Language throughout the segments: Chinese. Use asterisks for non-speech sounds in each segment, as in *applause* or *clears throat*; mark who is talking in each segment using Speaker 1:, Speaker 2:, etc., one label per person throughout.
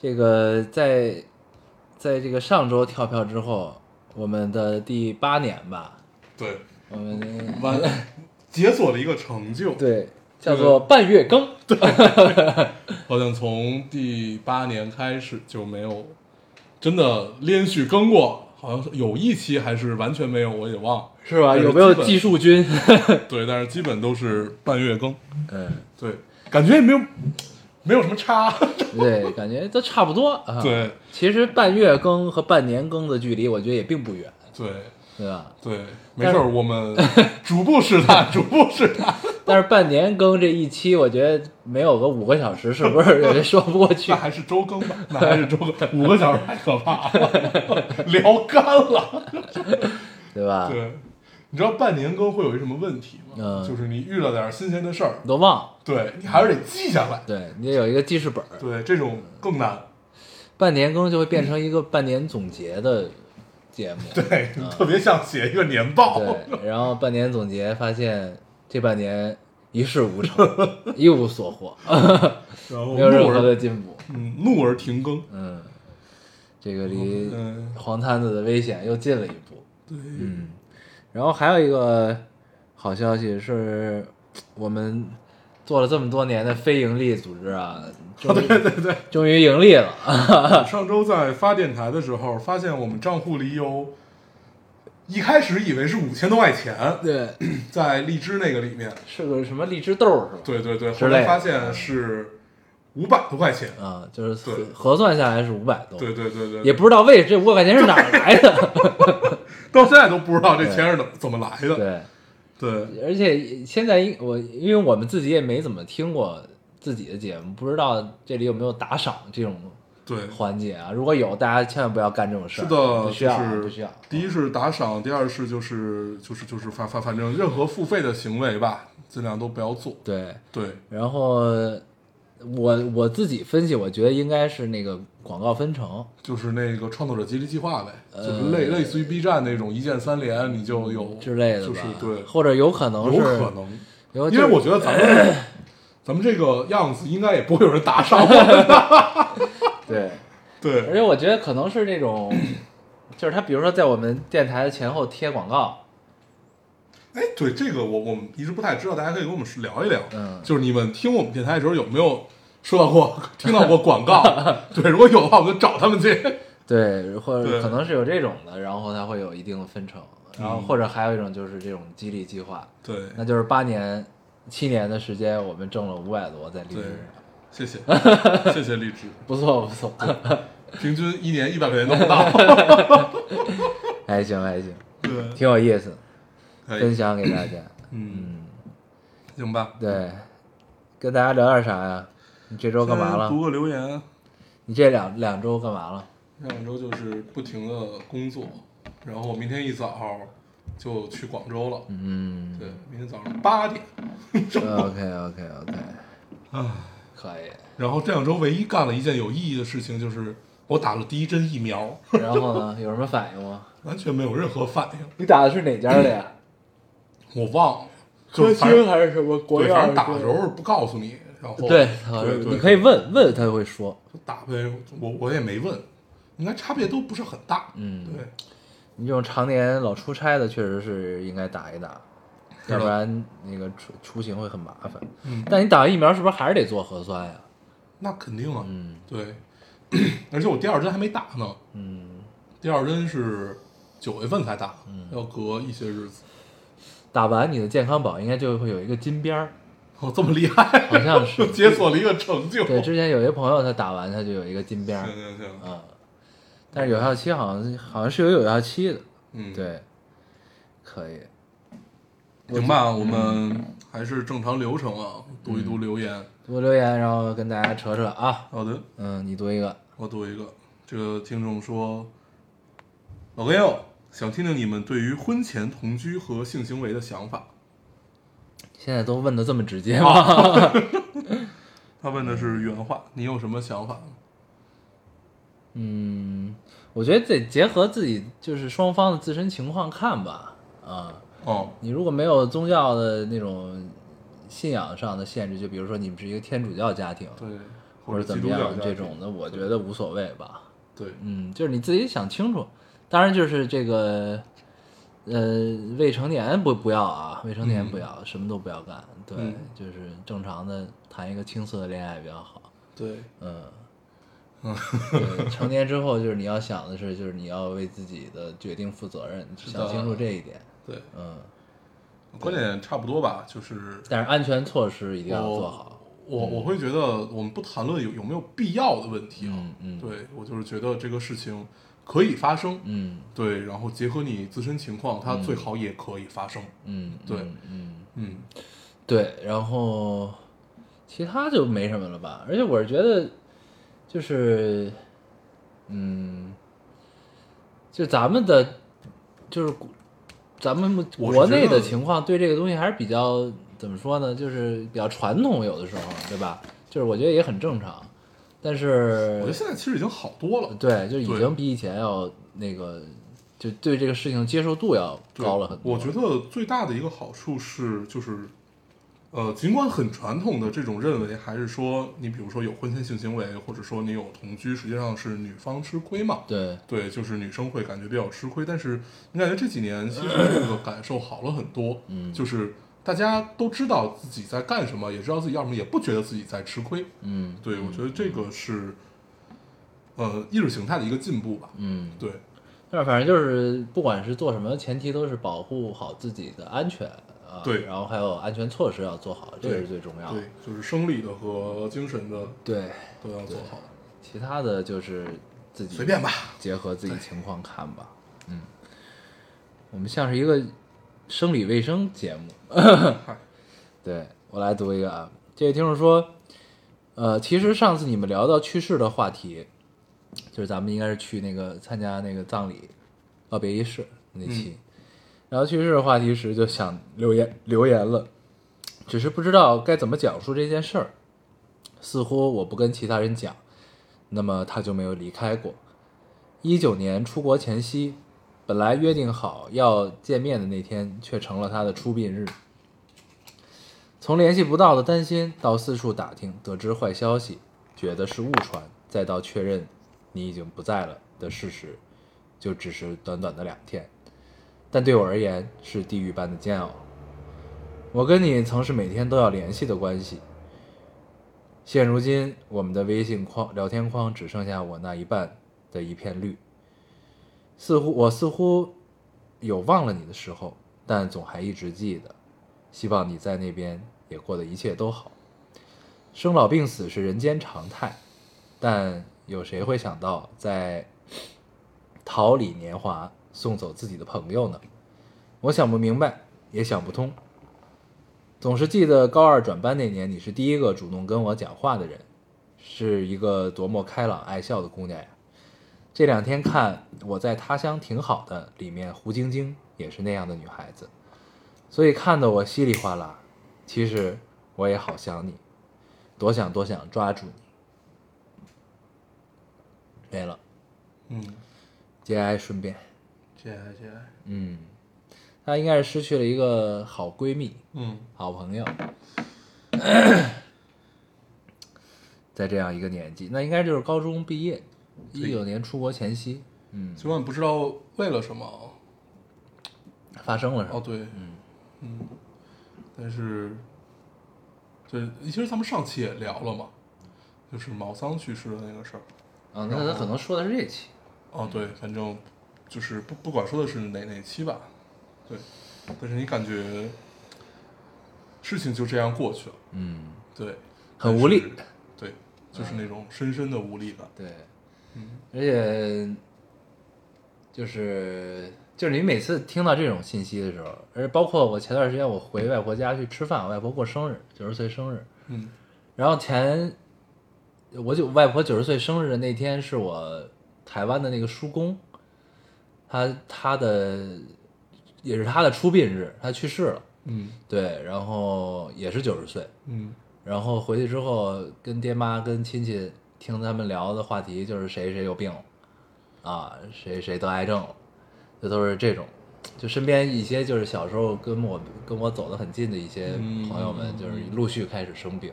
Speaker 1: 这个在在这个上周跳票之后，我们的第八年吧，
Speaker 2: 对，
Speaker 1: 我们
Speaker 2: 完解锁了一个成就，
Speaker 1: 对叫做半月更，
Speaker 2: 好像从第八年开始就没有真的连续更过，好像是有一期还是完全没有，我也忘了。
Speaker 1: 是吧？
Speaker 2: 对
Speaker 1: 有没有
Speaker 2: 基本
Speaker 1: 技术君？
Speaker 2: 对，但是基本都是半月更，
Speaker 1: 嗯，
Speaker 2: 对，感觉也没有没有什么差。
Speaker 1: *laughs*
Speaker 2: *laughs*
Speaker 1: 对，感觉都差不多啊。
Speaker 2: 对，
Speaker 1: 其实半月更和半年更的距离，我觉得也并不远，
Speaker 2: 对
Speaker 1: 对吧？
Speaker 2: 对，没事儿，我们逐步试
Speaker 1: *laughs*
Speaker 2: 探，逐步试探。
Speaker 1: 但是半年更这一期，我觉得没有个五个小时，是不是有些说不过去 *laughs*
Speaker 2: 那？还是周更吧，那还是周更，五个小时太可怕了，聊干了。
Speaker 1: 对吧？
Speaker 2: 对，你知道半年更会有一什么问题吗？
Speaker 1: 啊嗯
Speaker 2: 就是你遇到点新鲜的事儿，
Speaker 1: 你都忘了，
Speaker 2: 对你还是得记下来。
Speaker 1: 对你得有一个记事本儿，
Speaker 2: 对，这种更难，
Speaker 1: 半年更就会变成一个半年总结的节目，
Speaker 2: 对，特别像写一个年报。
Speaker 1: 嗯对，然后半年总结发现这半年一事无 *laughs* 成，一无所获，
Speaker 2: 然后
Speaker 1: 没有任
Speaker 2: 怒
Speaker 1: 何
Speaker 2: 而
Speaker 1: 的进步，
Speaker 2: 嗯怒而停更，
Speaker 1: 嗯，这个离
Speaker 2: 嗯，
Speaker 1: 黄摊子的危险又近了一步，
Speaker 2: 对，
Speaker 1: 嗯，然后还有一个好消息是，我们做了这么多年的非盈利组织啊，终于对对对，终于盈利了，
Speaker 2: 呃上周在发电台的时候，发现我们账户里有，一开始以为是五千多块钱，
Speaker 1: 对，
Speaker 2: 在荔枝那个里面，
Speaker 1: *laughs* 是个什么荔枝豆儿是吧？
Speaker 2: 对对对，
Speaker 1: 之
Speaker 2: 后来
Speaker 1: 类的
Speaker 2: 发现是五百多块钱，
Speaker 1: 啊，就是
Speaker 2: 对
Speaker 1: 核核算下来是五百多，
Speaker 2: 对对对对，
Speaker 1: 也不知道为这五百块钱是哪儿来的。 *laughs*
Speaker 2: 到现在都不知道这钱是怎么怎么来的。
Speaker 1: 对，
Speaker 2: 对，
Speaker 1: 而且现在因我因为我们自己也没怎么听过自己的节目，不知道这里有没有打赏这种
Speaker 2: 对，
Speaker 1: 环节啊？如果有，大家千万不要干这种事儿，
Speaker 2: 是的，
Speaker 1: 不需要啊，
Speaker 2: 就是
Speaker 1: 不需要。
Speaker 2: 第一是打赏，第二是就是就是就是反反反正任何付费的行为吧，尽量都不要做。
Speaker 1: 对，
Speaker 2: 对，
Speaker 1: 然后我我自己分析，我觉得应该是那个广告分成，
Speaker 2: 就是那个创作者激励计划呗，就是
Speaker 1: 呃
Speaker 2: 类类似于 B 站那种一键三连，你就有
Speaker 1: 之类的吧，
Speaker 2: 就是对，
Speaker 1: 或者有可能是
Speaker 2: 有可，能，
Speaker 1: 有
Speaker 2: 因为我觉得咱们
Speaker 1: *laughs*
Speaker 2: 咱们这个样子应该也不会有人打赏我们的。 *laughs*
Speaker 1: 对，而
Speaker 2: 对，
Speaker 1: 且我觉得可能是那种，就是他比如说在我们电台的前后贴广告，
Speaker 2: 哎，对这个我我们一直不太知道，大家可以跟我们聊一聊。
Speaker 1: 嗯
Speaker 2: 就是你们听我们电台的时候有没有收到过、听到过广告？ *laughs* 对，如果有的话，我们就找他们去。
Speaker 1: 对，或者
Speaker 2: 对嗯
Speaker 1: 可能是有这种的，然后它会有一定的分成，然后或者还有一种就是这种激励计划，
Speaker 2: 对，
Speaker 1: 那就是八年、七年的时间，我们挣了五百多在荔枝上，
Speaker 2: 谢谢，谢谢荔枝，
Speaker 1: 不错不错，
Speaker 2: 平均一年一百块钱都不到。
Speaker 1: *laughs*
Speaker 2: *laughs*
Speaker 1: 还行还行，
Speaker 2: 对，
Speaker 1: 挺有意思，
Speaker 2: 可
Speaker 1: 分
Speaker 2: 以，
Speaker 1: 享给大家。
Speaker 2: 嗯，行吧。
Speaker 1: 对，跟大家聊点啥呀？你这周干嘛了
Speaker 2: 先？读个留言，
Speaker 1: 你这两两周干嘛了？
Speaker 2: 这两周就是不停的工作，然后明天一早就去广州了。
Speaker 1: 嗯
Speaker 2: 对，明天早上八点。
Speaker 1: ，OK OK OK，
Speaker 2: 啊，
Speaker 1: 可以。
Speaker 2: 然后这两周唯一干了一件有意义的事情，就是我打了第一针疫苗，
Speaker 1: 然后呢，有什么反应吗？嗯
Speaker 2: 完全没有任何反应。
Speaker 1: 你打的是哪家的呀？
Speaker 2: 我忘了，就是反正
Speaker 1: 还是什么国
Speaker 2: 对，反正打的时候是不告诉你，然后
Speaker 1: 对，
Speaker 2: 对对，
Speaker 1: 你可以问问他会说。
Speaker 2: 就打呗，我我也没问，应该差别都不是很大，
Speaker 1: 嗯
Speaker 2: 对，
Speaker 1: 你这种常年老出差的，确实是应该打一打，
Speaker 2: 是的
Speaker 1: 要不然那个出出行会很麻烦。
Speaker 2: 嗯，
Speaker 1: 但你打完疫苗是不是还是得做核酸呀？
Speaker 2: 那肯定啊，
Speaker 1: 嗯
Speaker 2: 对， *clears throat* 而且我第二针还没打呢，
Speaker 1: 嗯，
Speaker 2: 第二针是九月份才打，要隔一些日子，
Speaker 1: 打完你的健康宝应该就会有一个金边儿，
Speaker 2: 哦，这么厉害， *laughs*
Speaker 1: 好像是
Speaker 2: 解锁了一个成就，
Speaker 1: 对，之前有一朋友他打完他就有一个金边
Speaker 2: 行
Speaker 1: 儿，
Speaker 2: 行行，
Speaker 1: 嗯，但是有效期好像好像是有有效期的，
Speaker 2: 嗯，，
Speaker 1: 对，可以，
Speaker 2: 行吧，我们还是正常流程啊，读一读留言，
Speaker 1: 多留言，然后跟大家扯扯啊。
Speaker 2: 好的，
Speaker 1: 嗯，你读一个，
Speaker 2: 我读一个，这个听众说：“老朋友，想听听你们对于婚前同居和性行为的想法。
Speaker 1: 现在都问的这么直接吗？”
Speaker 2: 他问的是原话，你有什么想法？
Speaker 1: 嗯，我觉得得结合自己就是双方的自身情况看吧。啊，
Speaker 2: 哦，
Speaker 1: 你如果没有宗教的那种信仰上的限制，就比如说你们是一个天主教家庭，
Speaker 2: 对，
Speaker 1: 或者怎
Speaker 2: 基
Speaker 1: 么
Speaker 2: 督教
Speaker 1: 样
Speaker 2: 家
Speaker 1: 这
Speaker 2: 庭
Speaker 1: 种的，我觉得无所谓吧。
Speaker 2: 对，
Speaker 1: 嗯，就是你自己想清楚。当然，就是这个，呃，未成年不不要啊，未成年
Speaker 2: 嗯
Speaker 1: 不要，什么都不要干。对，
Speaker 2: 嗯
Speaker 1: 就是正常的谈一个青涩的恋爱比较好。
Speaker 2: 对，
Speaker 1: *laughs*
Speaker 2: 的
Speaker 1: 想清楚这一点。
Speaker 2: 对，
Speaker 1: 嗯，
Speaker 2: 观点差不多吧，就是
Speaker 1: 但是安全措施一定要
Speaker 2: 我
Speaker 1: 做好。
Speaker 2: 我我会觉得我们不谈论有有没有必要的问题啊，
Speaker 1: 嗯嗯
Speaker 2: 对我就是觉得这个事情可以发生，
Speaker 1: 嗯
Speaker 2: 对，然后结合你自身情况，它最好也可以发生，
Speaker 1: 嗯，
Speaker 2: 对
Speaker 1: 嗯嗯，
Speaker 2: 嗯，
Speaker 1: 对，然后其他就没什么了吧。而且我是觉得，就是，嗯，就咱们的，就是国咱们
Speaker 2: 我是
Speaker 1: 国
Speaker 2: 觉
Speaker 1: 内
Speaker 2: 得
Speaker 1: 的情况，对这个东西还是比较怎么说呢？就是比较传统，有的时候，对吧？就是我觉得也很正常，但
Speaker 2: 我
Speaker 1: 是
Speaker 2: 觉得现在其实已经好多了，
Speaker 1: 对，就已
Speaker 2: 对
Speaker 1: 经比以前要那个，就对这个事情接受度要
Speaker 2: 对
Speaker 1: 高了很多。
Speaker 2: 我觉得最大的一个好处是，就是，呃，尽管很传统的这种认为，还是说你比如说有婚前性行为，或者说你有同居，实际上是女方吃亏嘛。
Speaker 1: 对，
Speaker 2: 对，就是女生会感觉比较吃亏，但是你感觉这几年其实这个感受好了很多，嗯，就是大家都知道自己在干什么，也知道自己要什么，也不觉得自己在吃亏。
Speaker 1: 嗯
Speaker 2: 对，我觉得这个是，呃，意识形态的一个进步吧。
Speaker 1: 嗯。
Speaker 2: 对，
Speaker 1: 但是反正就是，不管是做什么，前提都是保护好自己的安全啊。
Speaker 2: 对
Speaker 1: 然后还有安全措施要做好，这
Speaker 2: 对
Speaker 1: 是最重要的
Speaker 2: 对。，就是生理的和精神的
Speaker 1: 对，
Speaker 2: 都要做好，
Speaker 1: 其他的就是自己
Speaker 2: 随便吧。
Speaker 1: 结合自己情况看吧。嗯，我们像是一个生理卫生节目。对我来读一个啊，这位听众说，呃，其实上次你们聊到去世的话题，就是咱们应该是去那个参加那个葬礼告别仪式那期，然后去世的话题时就想留言留言了，只是不知道该怎么讲述这件事儿，似乎我不跟其他人讲，那么他就没有离开过。一九年出国前夕，本来约定好要见面的那天，却成了他的出殡日。从联系不到的担心，到四处打听得知坏消息，觉得是误传，再到确认你已经不在了的事实，就只是短短的两天，但对我而言是地狱般的煎熬。我跟你曾是每天都要联系的关系，现如今，我们的微信框聊天框只剩下我那一半的一片绿。似乎我似乎有忘了你的时候，但总还一直记得。希望你在那边也过得一切都好。生老病死是人间常态，但有谁会想到在桃李年华送走自己的朋友呢？我想不明白，也想不通。总是记得高二转班那年，你是第一个主动跟我讲话的人，是一个多么开朗爱笑的姑娘呀！这两天看《我在他乡挺好的》里面，胡晶晶也是那样的女孩子，所以看得我稀里哗啦。其实我也好想你，多想多想抓住你。没了，
Speaker 2: 嗯，
Speaker 1: 节哀顺变。
Speaker 2: 节哀节哀。
Speaker 1: 嗯，她应该是失去了一个好闺蜜。
Speaker 2: 嗯，
Speaker 1: 好朋友， *coughs* 在这样一个年纪，那应该就是高中毕业，一九年出国前夕，嗯，
Speaker 2: 尽管不知道为了什么啊，
Speaker 1: 发生了什
Speaker 2: 哦
Speaker 1: 么？
Speaker 2: 对，嗯但是，对，其实咱们上期也聊了嘛，就是毛桑去世的那个事儿。
Speaker 1: 啊，那他可能说的是这期，
Speaker 2: 哦，对，反正就是不不管说的是哪哪期吧，对，但是你感觉事情就这样过去了，
Speaker 1: 嗯，
Speaker 2: 对，
Speaker 1: 很
Speaker 2: 但
Speaker 1: 无力
Speaker 2: 是，对，就是那种深深的无力感，
Speaker 1: 对，
Speaker 2: 嗯
Speaker 1: 而且就是就是你每次听到这种信息的时候，而且包括我前段时间我回外婆家去吃饭，我外婆过生日，九十岁生日，
Speaker 2: 嗯
Speaker 1: 然后前我就外婆九十岁生日的那天是我台湾的那个叔公，他他的也是他的出殡日，他去世了，
Speaker 2: 嗯
Speaker 1: 对，然后也是九十岁，
Speaker 2: 嗯
Speaker 1: 然后回去之后跟爹妈跟亲戚听他们聊的话题就是谁谁有病了，啊，谁谁得癌症了，这都是这种。就身边一些就是小时候跟我跟我走得很近的一些
Speaker 2: 嗯
Speaker 1: 朋友们，就是陆续开始生病。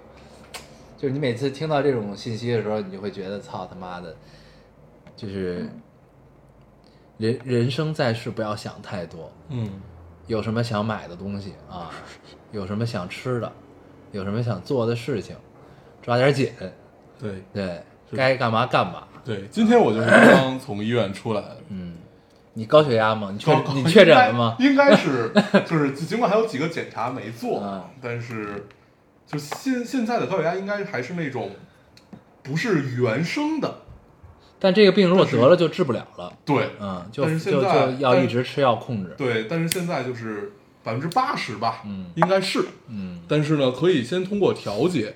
Speaker 1: 就是你每次听到这种信息的时候，你就会觉得操他妈的，就是人人生在世不要想太多，
Speaker 2: 嗯
Speaker 1: 有什么想买的东西啊，有什么想吃的，有什么想做的事情，抓点紧，
Speaker 2: 对
Speaker 1: 对，
Speaker 2: 是
Speaker 1: 该干嘛干嘛。
Speaker 2: 对，今天我就是刚从医院出来， *laughs*
Speaker 1: 你高血压吗？你确
Speaker 2: 高高
Speaker 1: 嗯你确诊了吗？
Speaker 2: 应该应该
Speaker 1: *laughs*
Speaker 2: 是，就是尽管还有几个检查没做
Speaker 1: 啊，
Speaker 2: 但是就现现在的高血压应该还是那种不是原生的，
Speaker 1: 但这个病如果得了就治不了了，
Speaker 2: 对
Speaker 1: 嗯，就
Speaker 2: 但是现
Speaker 1: 就
Speaker 2: 在
Speaker 1: 就要一直吃药控制。
Speaker 2: 对，但是现在就是百分之八十吧，
Speaker 1: 嗯
Speaker 2: 应该是，
Speaker 1: 嗯，
Speaker 2: 但是呢，可以先通过调节，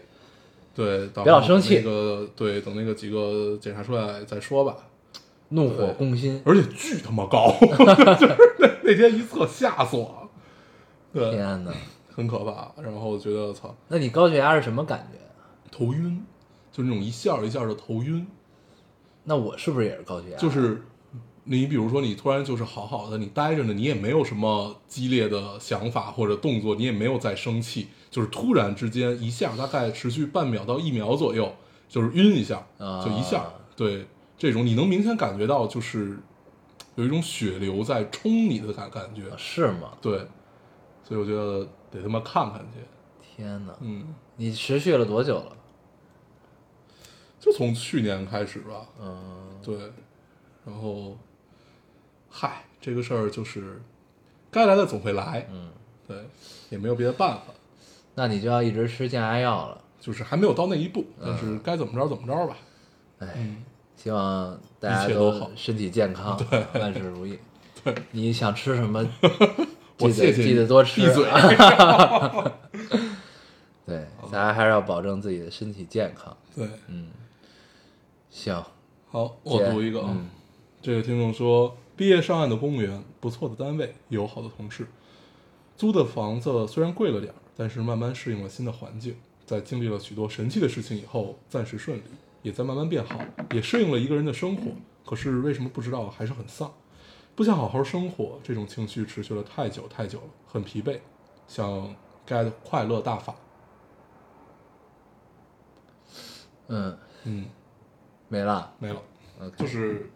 Speaker 2: 对，不
Speaker 1: 不要生
Speaker 2: 那
Speaker 1: 气
Speaker 2: 个对，等那个几个检查出来再说吧。
Speaker 1: 怒火攻心，
Speaker 2: 而且巨他妈高， *laughs* 就是那那天一测吓死我了，对，
Speaker 1: 天哪！
Speaker 2: 很可怕。然后觉得操，
Speaker 1: 那你高血压是什么感觉？
Speaker 2: 头晕，就那种一下儿一下儿的头晕，
Speaker 1: 那我是不是也是高血压？
Speaker 2: 就是你比如说你突然就是好好的你待着呢，你也没有什么激烈的想法或者动作，你也没有在生气，就是突然之间一下，大概持续半秒到一秒左右，就是晕一下，
Speaker 1: 啊
Speaker 2: 就一下，对，这种你能明显感觉到就是有一种血流在冲你的感感觉，
Speaker 1: 啊是吗？
Speaker 2: 对，所以我觉得得他妈看看去，
Speaker 1: 天哪！
Speaker 2: 嗯，
Speaker 1: 你持续了多久了？
Speaker 2: 就从去年开始吧，
Speaker 1: 嗯，
Speaker 2: 对，然后，嗨，这个事儿就是该来的总会来，嗯，对，也没有别的办法，
Speaker 1: 那你就要一直吃降压药了。
Speaker 2: 就是还没有到那一步，但是该怎么着怎么着吧。
Speaker 1: 希望大家
Speaker 2: 一切都好
Speaker 1: 身体健康，万事如意。
Speaker 2: *laughs* 对，
Speaker 1: 你想吃什么，
Speaker 2: *laughs* 我
Speaker 1: 记
Speaker 2: 谢
Speaker 1: 得
Speaker 2: 谢
Speaker 1: 记
Speaker 2: 你
Speaker 1: 得多吃
Speaker 2: 闭。嘴，
Speaker 1: 对，大家还是要保证自己的身体健康。
Speaker 2: *laughs* 对，
Speaker 1: 行，
Speaker 2: 好，我
Speaker 1: 姐
Speaker 2: 读一个啊。
Speaker 1: 嗯
Speaker 2: 这个听众说，毕业上岸的公务员，不错的单位，友好的同事，租的房子虽然贵了点儿，但是慢慢适应了新的环境，在经历了许多神奇的事情以后，暂时顺利，也在慢慢变好，也适应了一个人的生活。可是为什么不知道还是很丧，不想好好生活，这种情绪持续了太久太久了，很疲惫，想 get 快乐大法。
Speaker 1: 嗯，
Speaker 2: 嗯，
Speaker 1: 没了。
Speaker 2: 没了。
Speaker 1: OK，
Speaker 2: 就是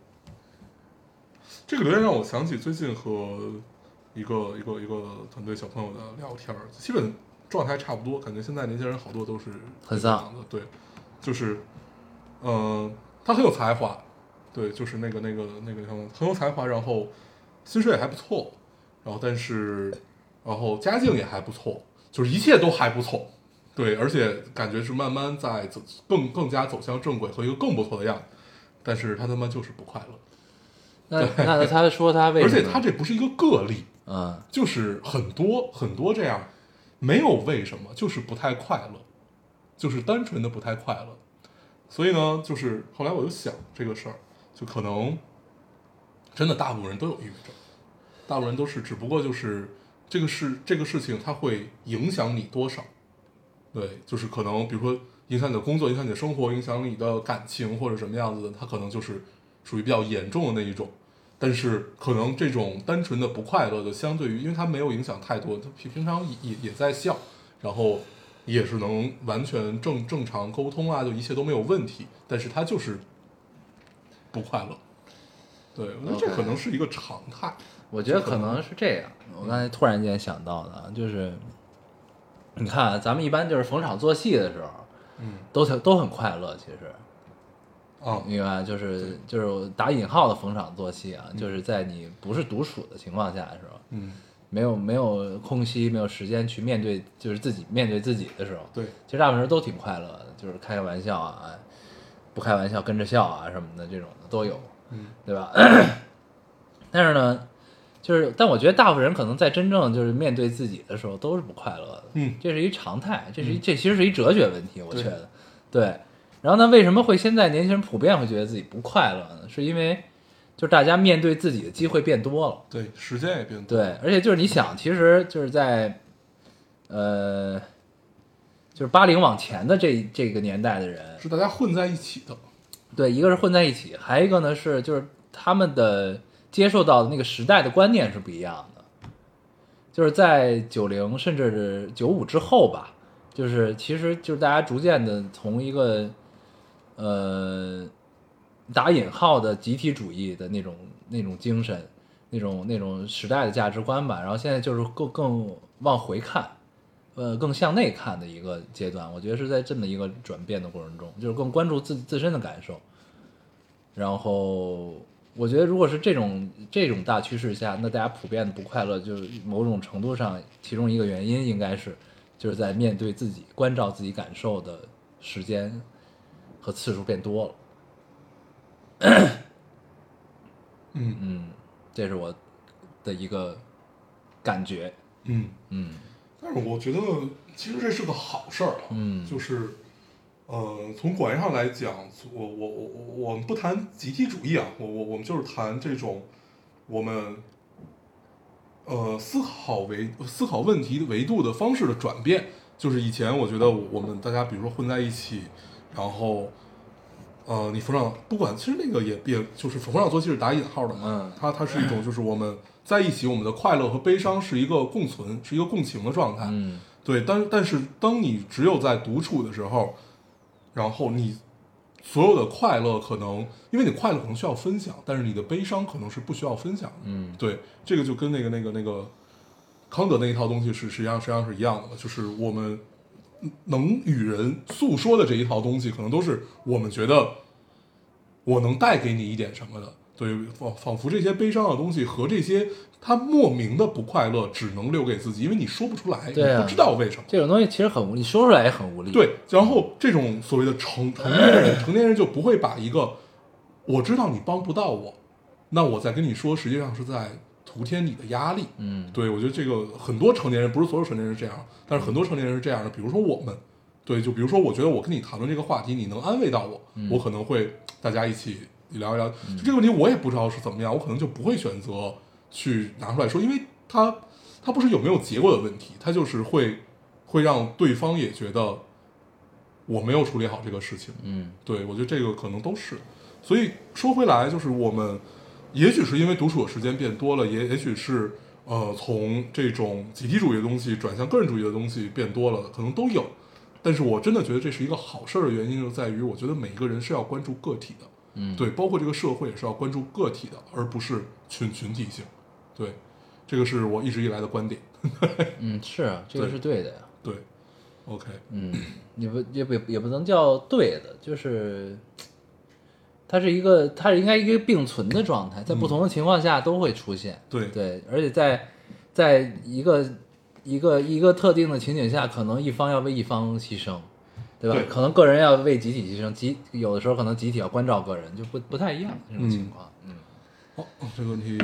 Speaker 2: 这个留言让我想起最近和一个一个一个团队小朋友的聊天儿，基本状态差不多。感觉现在年轻人好多都是
Speaker 1: 很
Speaker 2: 这
Speaker 1: 丧
Speaker 2: 样的，对，就是，嗯，他很有才华，对，就是那个那个那个什么很有才华，然后薪水也还不错，然后但是然后家境也还不错，就是一切都还不错。对，而且感觉是慢慢在走更更加走向正轨和一个更不错的样子，但是他他妈就是不快乐，
Speaker 1: 那那他说他为
Speaker 2: 而
Speaker 1: 什么？
Speaker 2: 且他这不是一个个例，
Speaker 1: 嗯，
Speaker 2: 就是很多很多这样，没有为什么，就是不太快乐，就是单纯的不太快乐。所以呢，就是后来我就想这个事儿，就可能真的大部分人都有抑郁症，大部分人都是，只不过就是这个事这个事情它会影响你多少，对，就是可能比如说影响你的工作，影响你的生活，影响你的感情或者什么样子的，它可能就是属于比较严重的那一种。但是可能这种单纯的不快乐的，相对于因为它没有影响太多，他平平常也也也在笑，然后也是能完全正正常沟通啊，就一切都没有问题。但是他就是不快乐，对我觉得这
Speaker 1: OK
Speaker 2: 可能是一个常态。
Speaker 1: 我觉得可能是这样。我刚才突然间想到的啊，就是你看啊，咱们一般就是逢场作戏的时候，
Speaker 2: 嗯
Speaker 1: 都挺都很快乐，其实。
Speaker 2: 啊，
Speaker 1: 明白，就是就是我打引号的逢场作戏啊，就是在你不是独处的情况下的时候，
Speaker 2: 嗯，
Speaker 1: 没有没有空隙，没有时间去面对，就是自己面对自己的时候，
Speaker 2: 对，
Speaker 1: 其实大部分人都挺快乐的，就是开开玩笑啊，不开玩笑跟着笑啊什么的这种的都有，
Speaker 2: 嗯，
Speaker 1: 对吧？ *coughs* 但是呢，就是但我觉得大部分人可能在真正就是面对自己的时候都是不快乐的，
Speaker 2: 嗯
Speaker 1: 这是一常态，这是一、这其实是一哲学问题，我觉得，对，然后呢，为什么会现在年轻人普遍会觉得自己不快乐呢？是因为就是大家面对自己的机会变多了，
Speaker 2: 对，时间也变多，
Speaker 1: 对，而且就是你想，其实就是在呃，就是八零往前的这这个年代的人，
Speaker 2: 是大家混在一起的，
Speaker 1: 对，一个是混在一起，还有一个呢是就是他们的接受到的那个时代的观念是不一样的，就是在九零甚至是九五之后吧，就是其实就是大家逐渐的从一个呃打引号的集体主义的那种那种精神，那种那种时代的价值观吧，然后现在就是更更往回看，呃，更向内看的一个阶段。我觉得是在这么一个转变的过程中，就是更关注自自身的感受。然后，我觉得如果是这种这种大趋势下，那大家普遍的不快乐，就是某种程度上，其中一个原因应该是就是在面对自己、关照自己感受的时间和次数变多了。
Speaker 2: 嗯
Speaker 1: 嗯，这是我的一个感觉。
Speaker 2: 嗯。
Speaker 1: 嗯
Speaker 2: 但是我觉得其实这是个好事儿啊，
Speaker 1: 嗯
Speaker 2: 就是，呃，从广义上来讲，我我我我我们不谈集体主义啊，我我我们就是谈这种我们，呃，思考维思考问题的维度的方式的转变，就是以前我觉得我们大家比如说混在一起，然后。呃，你冯上不管，其实那个也也就是冯上作息是打引号的嘛，
Speaker 1: 嗯
Speaker 2: 它它是一种就是我们在一起，我们的快乐和悲伤是一个共存，是一个共情的状态。
Speaker 1: 嗯
Speaker 2: 对，但但是当你只有在独处的时候，然后你所有的快乐可能，因为你快乐可能需要分享，但是你的悲伤可能是不需要分享的。
Speaker 1: 嗯
Speaker 2: 对，这个就跟那个那个那个康德那一套东西是实际上实际上是一样的嘛，就是我们能与人诉说的这一套东西，可能都是我们觉得我能带给你一点什么的。对，仿仿佛这些悲伤的东西和这些他莫名的不快乐，只能留给自己，因为你说不出来，
Speaker 1: 对啊
Speaker 2: 你不知道为什么。
Speaker 1: 这种东西其实很无，你说出来也很无力。
Speaker 2: 对，然后这种所谓的成成年人，成年人就不会把一个我知道你帮不到我，那我在跟你说，实际上是在徒添你的压力。
Speaker 1: 嗯，
Speaker 2: 对，我觉得这个很多成年人，不是所有成年人是这样，但是很多成年人是这样的。比如说我们，对，就比如说，我觉得我跟你谈论这个话题，你能安慰到我，我可能会大家一起聊一聊。就这个问题，我也不知道是怎么样，我可能就不会选择去拿出来说，因为它它不是有没有结果的问题，它就是会会让对方也觉得我没有处理好这个事情。
Speaker 1: 嗯
Speaker 2: 对，我觉得这个可能都是。所以说回来，就是我们也许是因为独处的时间变多了，也也许是呃从这种集体主义的东西转向个人主义的东西变多了，可能都有。但是我真的觉得这是一个好事儿的原因，就在于我觉得每一个人是要关注个体的，
Speaker 1: 嗯，
Speaker 2: 对，包括这个社会也是要关注个体的，而不是群群体性。对，这个是我一直以来的观点。
Speaker 1: 嗯，是啊，这个
Speaker 2: 对
Speaker 1: 是对的呀。
Speaker 2: 对，OK，
Speaker 1: 嗯，也不也不也不能叫对的，就是它是一个，它是应该一个并存的状态，在不同的情况下都会出现。
Speaker 2: 对
Speaker 1: 对，而且在在一个一个一个特定的情景下，可能一方要为一方牺牲，对吧？
Speaker 2: 对
Speaker 1: 可能个人要为集体牺牲，集有的时候可能集体要关照个人，就不不太一样这种情况。嗯，
Speaker 2: 好、哦这个问题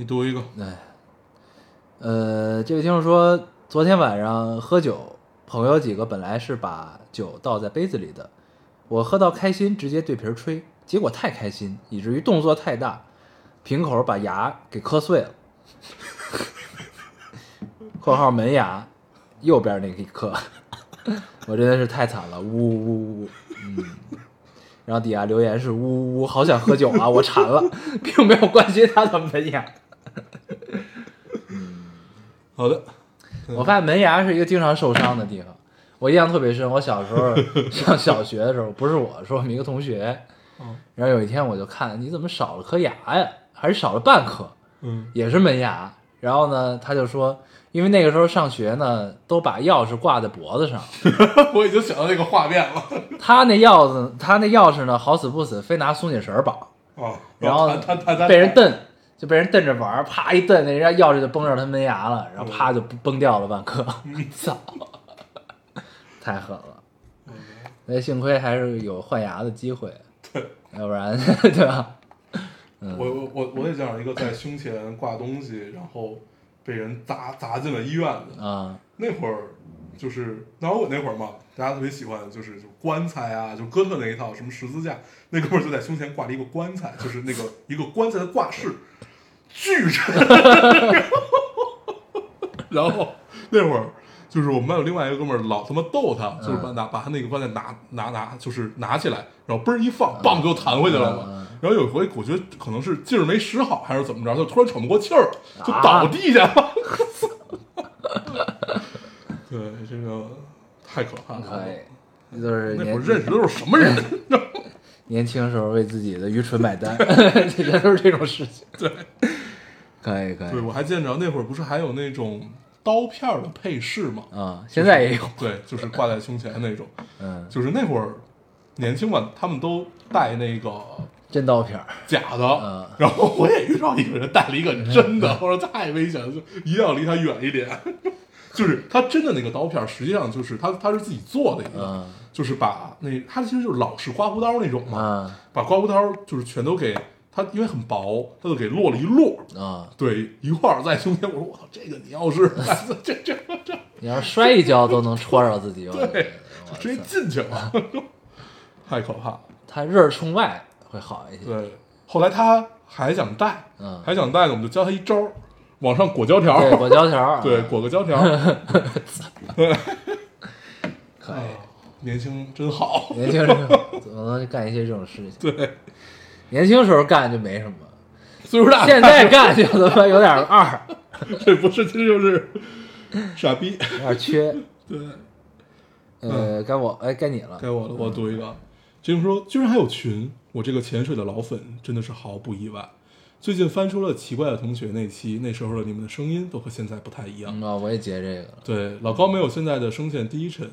Speaker 2: 你读一个，
Speaker 1: 哎，呃，这位听众说，昨天晚上喝酒，朋友几个本来是把酒倒在杯子里的，我喝到开心，直接对瓶儿吹，结果太开心，以至于动作太大，瓶口把牙给磕碎了。（括号门牙，右边那个一磕， *laughs* 我真的是太惨了，呜呜呜呜。）然后底下留言是呜呜呜，好想喝酒啊，我馋了，并没有关心他的门牙。
Speaker 2: 好的。
Speaker 1: 我发现门牙是一个经常受伤的地方，我印象特别深。我小时候上小学的时候，不是我，是我们一个同学。然后有一天我就看你怎么少了颗牙呀，还是少了半颗，
Speaker 2: 嗯
Speaker 1: 也是门牙。然后呢，他就说，因为那个时候上学呢，都把钥匙挂在脖子上，
Speaker 2: *laughs* 我已经想到那个画面 *laughs* 了
Speaker 1: 他那钥匙，他那钥匙呢，好死不死，非拿松紧绳儿绑，
Speaker 2: 啊，
Speaker 1: 然后
Speaker 2: 他他他他
Speaker 1: 被人瞪，就被人瞪着玩儿，啪一瞪，人家钥匙就崩着他门牙了，
Speaker 2: 嗯
Speaker 1: 然后啪就崩掉了半颗， *laughs* 操，太狠了。
Speaker 2: 嗯
Speaker 1: 那幸亏还是有换牙的机会，对，要不然 *laughs* 对吧？
Speaker 2: 我我我我也见到一个在胸前挂东西，然后被人砸砸进了医院的。
Speaker 1: 啊、
Speaker 2: 那会儿就是当然我那会儿嘛，大家特别喜欢就是就棺材啊，就哥特那一套，什么十字架，那哥们儿就在胸前挂了一个棺材，就是那个一个棺材的挂饰，巨
Speaker 1: *laughs*
Speaker 2: 沉。然后那会儿就是我们班有另外一个哥们儿老他妈逗他，
Speaker 1: 嗯
Speaker 2: 就是把拿把他那个棺材拿拿拿就是拿起来，然后嘣儿一放，棒给我弹回去了
Speaker 1: 嗯嗯
Speaker 2: 嘛。然后有一回我觉得可能是劲儿没使好还是怎么着，就突然喘不过气儿，就倒
Speaker 1: 啊
Speaker 2: 地下了。 *laughs* 对，这个太可怕了。
Speaker 1: 可以，哎这都是
Speaker 2: 那会
Speaker 1: 年嗯
Speaker 2: 儿认识都是什么人？
Speaker 1: 年轻时候为自己的愚蠢买单，
Speaker 2: *laughs*
Speaker 1: 这些都是这种事情。对，可以可
Speaker 2: 对，
Speaker 1: 以
Speaker 2: 我还见着那会儿不是还有那种刀片儿的配饰吗？
Speaker 1: 啊，现在也有，
Speaker 2: 对，就是挂在胸前那种。
Speaker 1: 嗯，
Speaker 2: 就是那会儿年轻嘛，他们都戴那个
Speaker 1: 真刀片儿，
Speaker 2: 假
Speaker 1: 嗯
Speaker 2: 的， *laughs* 然后我也遇到一个人戴了一个真的，我说太危险了，就一定要离他远一点。 *laughs* 就是他真的那个刀片儿，实际上就是他他是自己做的一个
Speaker 1: 嗯，
Speaker 2: 就是把那他其实就是老式刮胡刀那种嘛
Speaker 1: 嗯，
Speaker 2: 把刮胡刀就是全都给他，因为很薄，他就给落了一摞。
Speaker 1: 啊，
Speaker 2: 对，一块儿在胸前，我说我操，这个你要是 *laughs* 这这
Speaker 1: 你要是摔一跤都能戳着自己，我
Speaker 2: 对
Speaker 1: 我
Speaker 2: 直接
Speaker 1: 操
Speaker 2: 进去了， *laughs* 太可怕了。
Speaker 1: 它热儿冲外会好一些。
Speaker 2: 对，后来他还想带，
Speaker 1: 嗯
Speaker 2: 还想带呢，我们就教他一招儿，往上裹胶条儿，
Speaker 1: 对，裹胶条儿，啊
Speaker 2: 对，裹个胶条儿。
Speaker 1: *laughs* 可
Speaker 2: 哎
Speaker 1: 以。
Speaker 2: 年轻真好，
Speaker 1: *laughs* 年轻时候怎么能干一些这种事情？
Speaker 2: 对，
Speaker 1: 年轻时候干就没什么，
Speaker 2: 岁数大，
Speaker 1: 现在干就他妈有点二，
Speaker 2: 这不是，这就是傻逼。
Speaker 1: 有点缺。
Speaker 2: 对，
Speaker 1: 呃，该我，哎，该你了。
Speaker 2: 嗯该我了，我读一个。这么说，居然还有群，我这个潜水的老粉真的是毫不意外。最近翻出了奇怪的同学那期，那时候的你们的声音都和现在不太一样。
Speaker 1: 嗯啊，我也截这个了。
Speaker 2: 对，老高没有现在的声线低沉，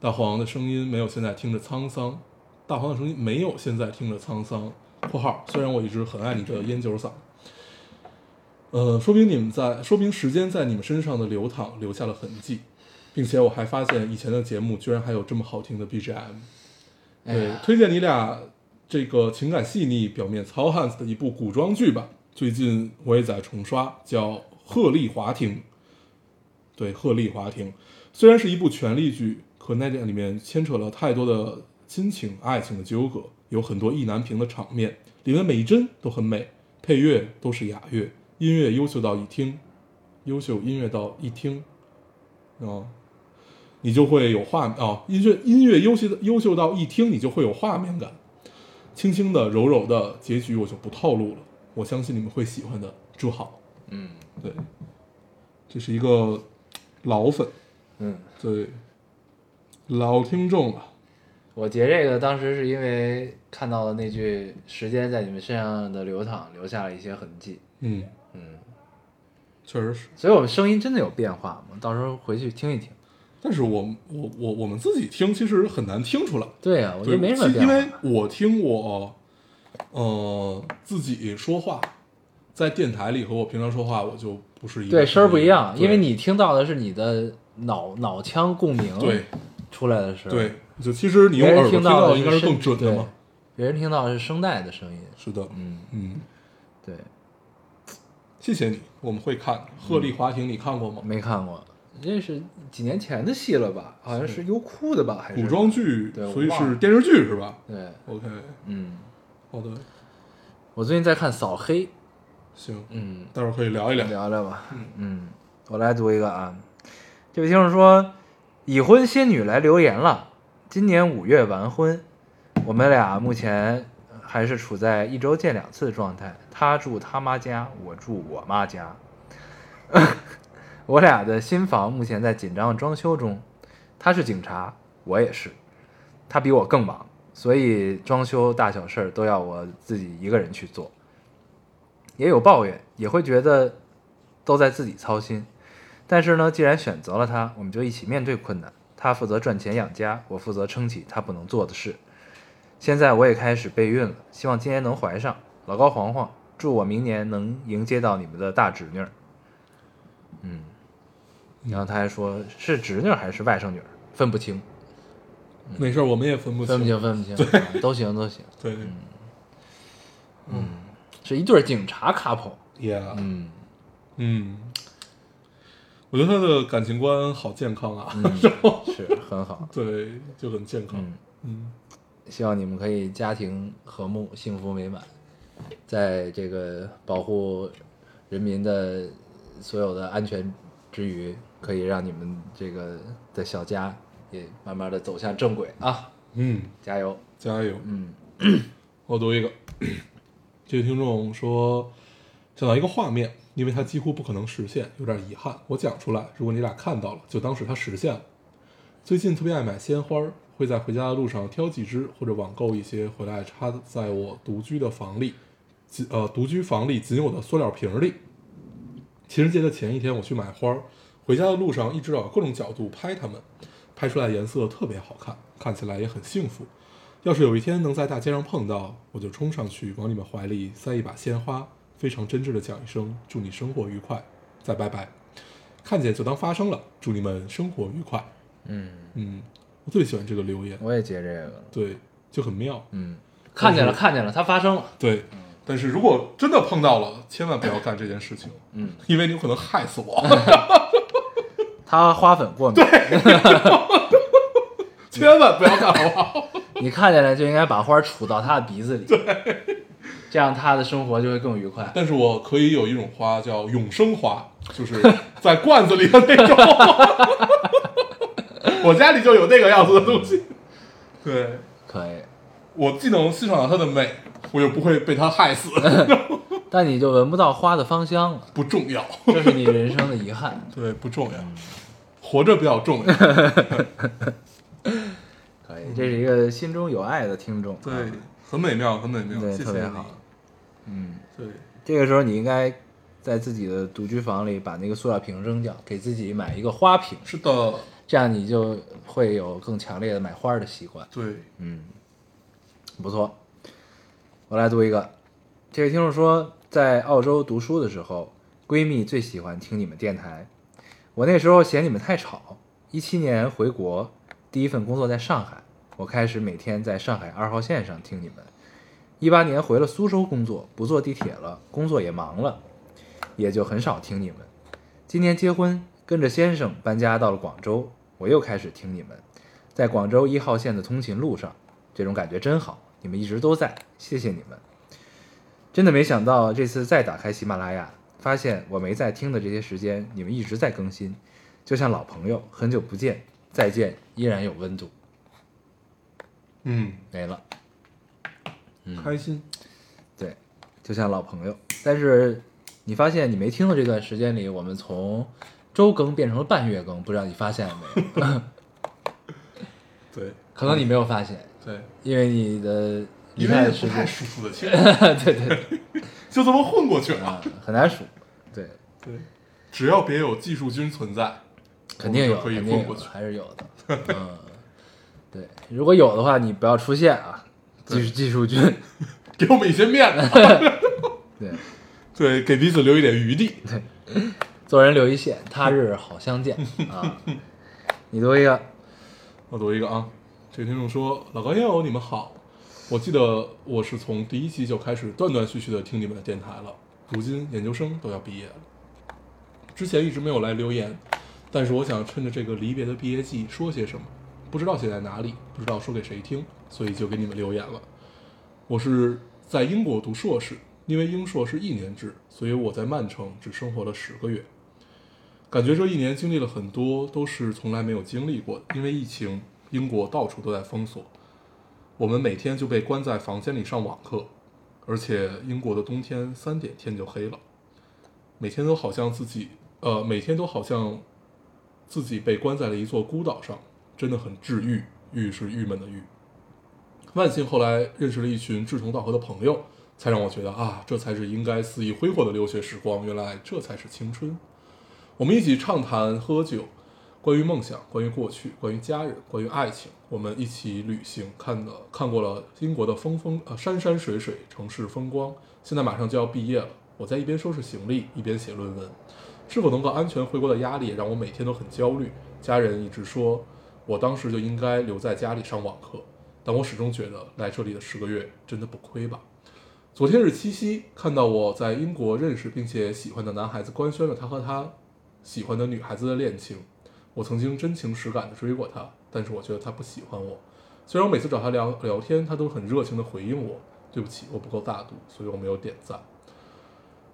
Speaker 2: 大黄的声音没有现在听着沧桑，大黄的声音没有现在听着沧桑。（括号虽然我一直很爱你这烟酒嗓。）呃，说明你们在，说明时间在你们身上的流淌留下了痕迹，并且我还发现以前的节目居然还有这么好听的 BGM。
Speaker 1: 哎
Speaker 2: 对
Speaker 1: 呀，
Speaker 2: 推荐你俩这个情感细腻、表面糙汉子的一部古装剧吧。最近我也在重刷，叫《鹤唳华亭》。对，《鹤唳华亭》虽然是一部权力剧，可那这里面牵扯了太多的亲情、爱情的纠葛，有很多意难平的场面，里面每一帧都很美，配乐都是雅乐，音乐优秀到一听，优秀音乐到一听，哦，你就会有画哦，音乐音乐优秀优秀到一听你就会有画面感，轻轻的、柔柔的，结局我就不透露了。我相信你们会喜欢的，祝好。
Speaker 1: 嗯
Speaker 2: 对，这是一个老粉，
Speaker 1: 嗯，
Speaker 2: 对，老听众了。
Speaker 1: 我截这个当时是因为看到了那句“时间在你们身上的流淌，留下了一些痕迹
Speaker 2: 嗯
Speaker 1: 嗯，
Speaker 2: 确实是”，。
Speaker 1: 所以我们声音真的有变化吗？到时候回去听一听。
Speaker 2: 但是我我我我们自己听其实很难听出来，
Speaker 1: 对啊呀、我
Speaker 2: 对，
Speaker 1: 觉得哦没什么
Speaker 2: 其
Speaker 1: 变
Speaker 2: 因
Speaker 1: 化。
Speaker 2: 为我听我，呃，自己说话，在电台里和我平常说话，我就不是一个
Speaker 1: 对声儿不一样，
Speaker 2: 对
Speaker 1: 因为你听到的是你的脑脑腔共鸣
Speaker 2: 对
Speaker 1: 出来的声，，
Speaker 2: 对，就其实你
Speaker 1: 嗯别
Speaker 2: 用
Speaker 1: 人
Speaker 2: 耳朵
Speaker 1: 听
Speaker 2: 听
Speaker 1: 到
Speaker 2: 到
Speaker 1: 的
Speaker 2: 的应该是
Speaker 1: 声
Speaker 2: 更准的嘛。？
Speaker 1: 对别人听到的是声带的声音，
Speaker 2: 是的，
Speaker 1: 嗯，
Speaker 2: 嗯，
Speaker 1: 对，
Speaker 2: 谢谢你，我们会看《鹤唳华亭》，你看过吗？
Speaker 1: 没看过，这是几年前的戏了吧？好像是优酷的吧？还是
Speaker 2: 古装？剧
Speaker 1: 对，
Speaker 2: 所以
Speaker 1: 我忘
Speaker 2: 是
Speaker 1: 了
Speaker 2: 电视剧是吧
Speaker 1: 对，
Speaker 2: ？OK，
Speaker 1: 嗯，
Speaker 2: 好的，
Speaker 1: 我最近在看《扫黑》，
Speaker 2: 行，
Speaker 1: 嗯，
Speaker 2: 待会儿可以聊一聊。
Speaker 1: 聊聊吧。嗯，我来读一个啊，这位听众说，已婚仙女来留言了，今年五月完婚，我们俩目前还是处在一周见两次的状态，她住她妈家，我住我妈家。 *laughs* 我俩的新房目前在紧张的装修中，她是警察，我也是，她比我更忙，所以装修大小事儿都要我自己一个人去做。也有抱怨，也会觉得都在自己操心。但是呢，既然选择了他，我们就一起面对困难。他负责赚钱养家，我负责撑起他不能做的事。现在我也开始备孕了，希望今年能怀上。老高、黄黄，祝我明年能迎接到你们的大侄女儿。嗯，然后他还说是侄女儿还是外甥女儿，分不清，
Speaker 2: 没事儿，我们也分不
Speaker 1: 分不清， *laughs* 嗯分不清，啊都行都行，
Speaker 2: 对，
Speaker 1: 是一对儿警察 couple。
Speaker 2: 也，
Speaker 1: 嗯，
Speaker 2: 嗯，我觉得他的感情观好健康啊，
Speaker 1: 嗯，是很好。
Speaker 2: 对，就很健康。
Speaker 1: 嗯，
Speaker 2: 嗯
Speaker 1: 希望你们可以家庭和睦、幸福美满，在这个保护人民的所有的安全之余，可以让你们这个的小家也慢慢的走向正轨啊！
Speaker 2: 嗯，
Speaker 1: 加油！
Speaker 2: 加油！
Speaker 1: 嗯
Speaker 2: *clears throat* 我读一个，这位听众说，想到一个画面，因为它几乎不可能实现，有点遗憾。我讲出来，如果你俩看到了，就当是它实现了。最近特别爱买鲜花儿，会在回家的路上挑几枝，或者网购一些回来插在我独居的房里，仅呃独居房里仅有的塑料瓶儿里。情人节的前一天，我去买花儿，回家的路上一直找各种角度拍它们，拍出来颜色特别好看，看起来也很幸福。要是有一天能在大街上碰到，我就冲上去往你们怀里塞一把鲜花，非常真挚的讲一声“祝你生活愉快”，再拜拜。看见就当发生了，祝你们生活愉快。
Speaker 1: 嗯，
Speaker 2: 嗯，我最喜欢这个留言，
Speaker 1: 我也接这个了。
Speaker 2: 对，就很妙。
Speaker 1: 嗯，看见了，看见了，它发生了。
Speaker 2: 对，但是如果真的碰到了，千万不要干这件事情，
Speaker 1: 嗯，
Speaker 2: 因为你有可能害死
Speaker 1: *laughs*
Speaker 2: 我。
Speaker 1: 它花粉过敏，
Speaker 2: 千万不要干，好不好？
Speaker 1: 你看见了就应该把花杵到它的鼻子里，对，这样它的生活就会更愉快。
Speaker 2: 但是我可以有一种花叫永生花，
Speaker 1: *laughs*
Speaker 2: 就是在罐子里的那种。 *laughs* 我家里就有那个样子的东西。对，
Speaker 1: 可以，
Speaker 2: 我既能欣赏到它的美，我又不会被它害
Speaker 1: *laughs*
Speaker 2: 死，
Speaker 1: 但你就闻不到花的芳香 *laughs* 了，
Speaker 2: 不重要。
Speaker 1: 这是你人生的遗憾。
Speaker 2: 对，不重
Speaker 1: 嗯
Speaker 2: 要，活着比较重
Speaker 1: *laughs*
Speaker 2: 要。
Speaker 1: 可以，这是一个心中有爱的听众。啊
Speaker 2: 对，很美妙，很美妙，
Speaker 1: 对
Speaker 2: 谢谢
Speaker 1: 特别
Speaker 2: 你
Speaker 1: 好。嗯，
Speaker 2: 对，
Speaker 1: 这个时候你应该在自己的独居房里把那个塑料瓶扔掉，给自己买一个花瓶，
Speaker 2: 是的，
Speaker 1: 这样你就会有更强烈的买花的习惯。
Speaker 2: 对，
Speaker 1: 嗯，不错。我来读一个，这位听众说，在澳洲读书的时候，闺蜜最喜欢听你们电台。我那时候嫌你们太吵。一七年回国，第一份工作在上海，我开始每天在上海二号线上听你们。一八年回了苏州工作，不坐地铁了，工作也忙了，也就很少听你们。今年结婚，跟着先生搬家到了广州，我又开始听你们。在广州一号线的通勤路上，这种感觉真好，你们一直都在，谢谢你们。真的没想到这次再打开喜马拉雅，发现我没在听的这些时间，你们一直在更新，就像老朋友，很久不见，再见依然有温度。
Speaker 2: 嗯，
Speaker 1: 没了，嗯
Speaker 2: 开心，
Speaker 1: 对，就像老朋友。但是你发现你没听的这段时间里，我们从周更变成了半月更，不知道你发现了没有？
Speaker 2: 对
Speaker 1: 可能你没有发现，
Speaker 2: 对，
Speaker 1: 因为你的离
Speaker 2: 因
Speaker 1: 开
Speaker 2: 为
Speaker 1: 的
Speaker 2: 不
Speaker 1: 时
Speaker 2: 太
Speaker 1: 间，
Speaker 2: 舒服
Speaker 1: *laughs*
Speaker 2: 的天，
Speaker 1: 对对对
Speaker 2: *laughs* 就这么混过去了。
Speaker 1: 啊，很难数，对。
Speaker 2: 对，只要别有技术军存在，
Speaker 1: 肯定有，
Speaker 2: 我们就可以
Speaker 1: 肯
Speaker 2: 混
Speaker 1: 定
Speaker 2: 过
Speaker 1: 有，
Speaker 2: 去
Speaker 1: 还是有 *laughs* 的。嗯，对，如果有的话，你不要出现啊，技术技术军。
Speaker 2: 给我们一些面子，
Speaker 1: *laughs* 对
Speaker 2: 对，给彼此留一点余地。
Speaker 1: 对，做人留一线，他日好相 *laughs* 见啊。你读一个，
Speaker 2: 我读一个啊，这个听众说：“老高友，你们好，我记得我是从第一期就开始断断续续的听你们的电台了，如今研究生都要毕业了，之前一直没有来留言，但是我想趁着这个离别的毕业季说些什么，不知道写在哪里，不知道说给谁听，所以就给你们留言了。我是在英国读硕士，因为英硕是一年制，所以我在曼城只生活了十个月。感觉这一年经历了很多，都是从来没有经历过的。因为疫情，英国到处都在封锁，我们每天就被关在房间里上网课，而且英国的冬天三点天就黑了，每天都好像自己，呃，每天都好像自己被关在了一座孤岛上，真的很治愈。郁是郁闷的郁。万幸后来认识了一群志同道合的朋友，才让我觉得啊，这才是应该肆意挥霍的留学时光，原来这才是青春。我们一起畅谈、喝酒，关于梦想，关于过去，关于家人，关于爱情。我们一起旅行，看了看过了英国的风风呃山山水水，城市风光。现在马上就要毕业了，我在一边收拾行李，一边写论文。是否能够安全回国的压力让我每天都很焦虑。家人一直说我当时就应该留在家里上网课，但我始终觉得来这里的十个月真的不亏吧。昨天是七夕，看到我在英国认识并且喜欢的男孩子官宣了他和他喜欢的女孩子的恋情，我曾经真情实感的追过她，但是我觉得她不喜欢我。虽然我每次找她聊聊天，她都很热情的回应我，对不起，我不够大度，所以我没有点赞。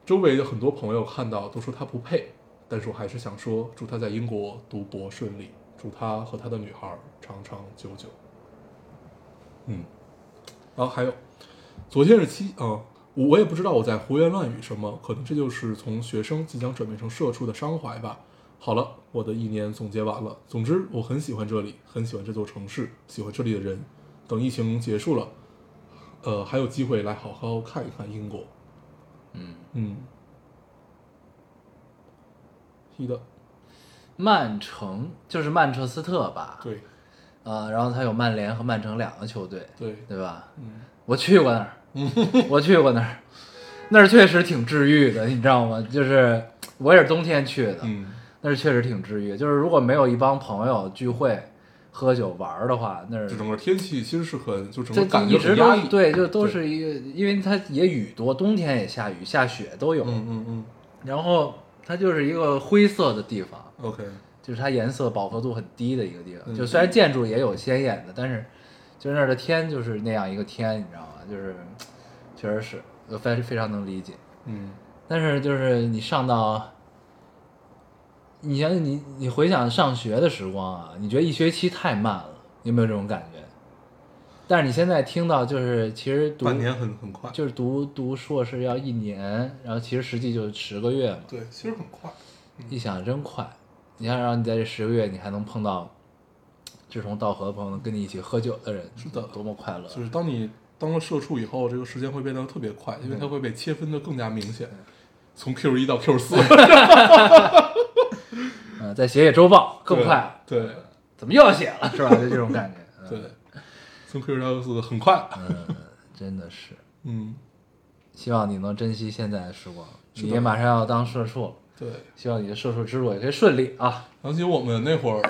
Speaker 2: 周围的很多朋友看到都说她不配，但是我还是想说，祝她在英国读博顺利，祝她和她的女孩长长久久。嗯，然后还有，昨天是七啊、我我也不知道我在胡言乱语什么，可能这就是从学生即将转变成社畜的伤怀吧。好了，我的一年总结完了。总之，我很喜欢这里，很喜欢这座城市，喜欢这里的人。等疫情结束了，呃，还有机会来好好看一看英国。
Speaker 1: 嗯，
Speaker 2: 嗯，是的，
Speaker 1: 曼城就是曼彻斯特吧？
Speaker 2: 对
Speaker 1: 呃，然后它有曼联和曼城两个球队，
Speaker 2: 对，
Speaker 1: 对吧？
Speaker 2: 嗯，
Speaker 1: 我去过那 *laughs* 儿，我去过那儿，那儿确实挺治愈的，你知道吗？就是我也是冬天去的，
Speaker 2: 嗯，
Speaker 1: 那儿确实挺治愈。就是如果没有一帮朋友聚会、喝酒玩儿的话，那儿
Speaker 2: 就整个天气其实是很，就整
Speaker 1: 这
Speaker 2: 个感
Speaker 1: 一
Speaker 2: 觉
Speaker 1: 直
Speaker 2: 很
Speaker 1: 都
Speaker 2: 压
Speaker 1: 是
Speaker 2: 抑。，
Speaker 1: 对，就都是一个，因为它也雨多，冬天也下雨、下雪都有。
Speaker 2: 嗯嗯嗯
Speaker 1: 然后它就是一个灰色的地方，
Speaker 2: ，OK，
Speaker 1: 就是它颜色饱和度很低的一个地方。
Speaker 2: 嗯
Speaker 1: 就虽然建筑也有鲜艳的，但是就是那儿的天就是那样一个天，你知道吗？就是确实是我非非常能理解。
Speaker 2: 嗯
Speaker 1: 但是就是你上到，你想你你回想上学的时光啊，你觉得一学期太慢了，有没有这种感觉？但是你现在听到就是其实读
Speaker 2: 半年很很快，
Speaker 1: 就是读读硕士要一年，然后其实实际就是十个月嘛。
Speaker 2: 对，其实很快。
Speaker 1: 一想真快，你看，然后你在这十个月，你还能碰到志同道合的朋友，跟你一起喝酒的人，
Speaker 2: 是的
Speaker 1: 多么快乐！
Speaker 2: 就是当你当了社畜以后，这个时间会变得特别快，因为
Speaker 1: 嗯
Speaker 2: 它会被切分的更加明显，从 Q 一到 Q 四
Speaker 1: 嗯、在写写周报更快，，
Speaker 2: 对 *laughs* 对
Speaker 1: 怎么又要写了是吧？就这种感觉，嗯、
Speaker 2: 对，从 Q 一到 Q 四很快，
Speaker 1: *laughs* 真的是，
Speaker 2: 嗯，
Speaker 1: 希望你能珍惜现在的时光，
Speaker 2: 是的
Speaker 1: 你也马上要当社畜了，
Speaker 2: 对。
Speaker 1: 希望你的社畜之路也可以顺利啊！
Speaker 2: 而且我们那会
Speaker 1: *coughs*
Speaker 2: 儿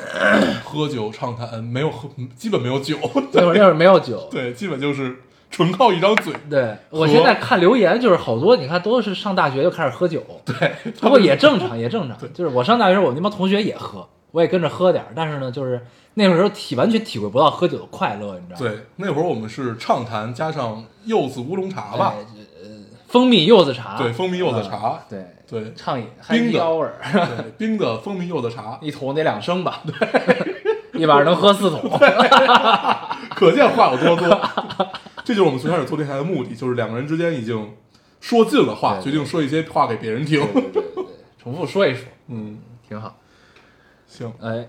Speaker 2: 喝酒畅谈，没有喝，基本没有酒，
Speaker 1: 那会儿那会儿没有酒，
Speaker 2: *laughs* 对，基本就是纯靠一张嘴。
Speaker 1: *laughs* 对我
Speaker 2: 和
Speaker 1: 现在看留言，就是好多你看都是上大学就开始喝酒， *laughs* 对，不过也正 *laughs* 常，也正常。就是我上大学，我那帮同学也喝，我也跟着喝点儿，但是呢，就是那个时候体完全体会不到喝酒的快乐，你知道吗？
Speaker 2: 对，那会儿我们是畅谈加上柚子乌龙茶吧，
Speaker 1: 哎呃蜂蜜柚子茶，
Speaker 2: 对，蜂蜜柚子
Speaker 1: 啊
Speaker 2: 茶，
Speaker 1: 对，
Speaker 2: 对，
Speaker 1: 畅饮
Speaker 2: 冰
Speaker 1: Happy
Speaker 2: 的
Speaker 1: Hour， *laughs*
Speaker 2: 对，冰的蜂蜜柚子茶，
Speaker 1: 一桶得两升吧，对， *laughs* 一晚上能喝四桶，
Speaker 2: 可见话有多多。 *laughs* 这就是我们最开始做电台的目的，就是两个人之间已经说尽了话，
Speaker 1: 对
Speaker 2: 决定说一些话给别人听。
Speaker 1: 对对对，重复说一说，
Speaker 2: 嗯，
Speaker 1: 挺好。
Speaker 2: 行，
Speaker 1: 哎，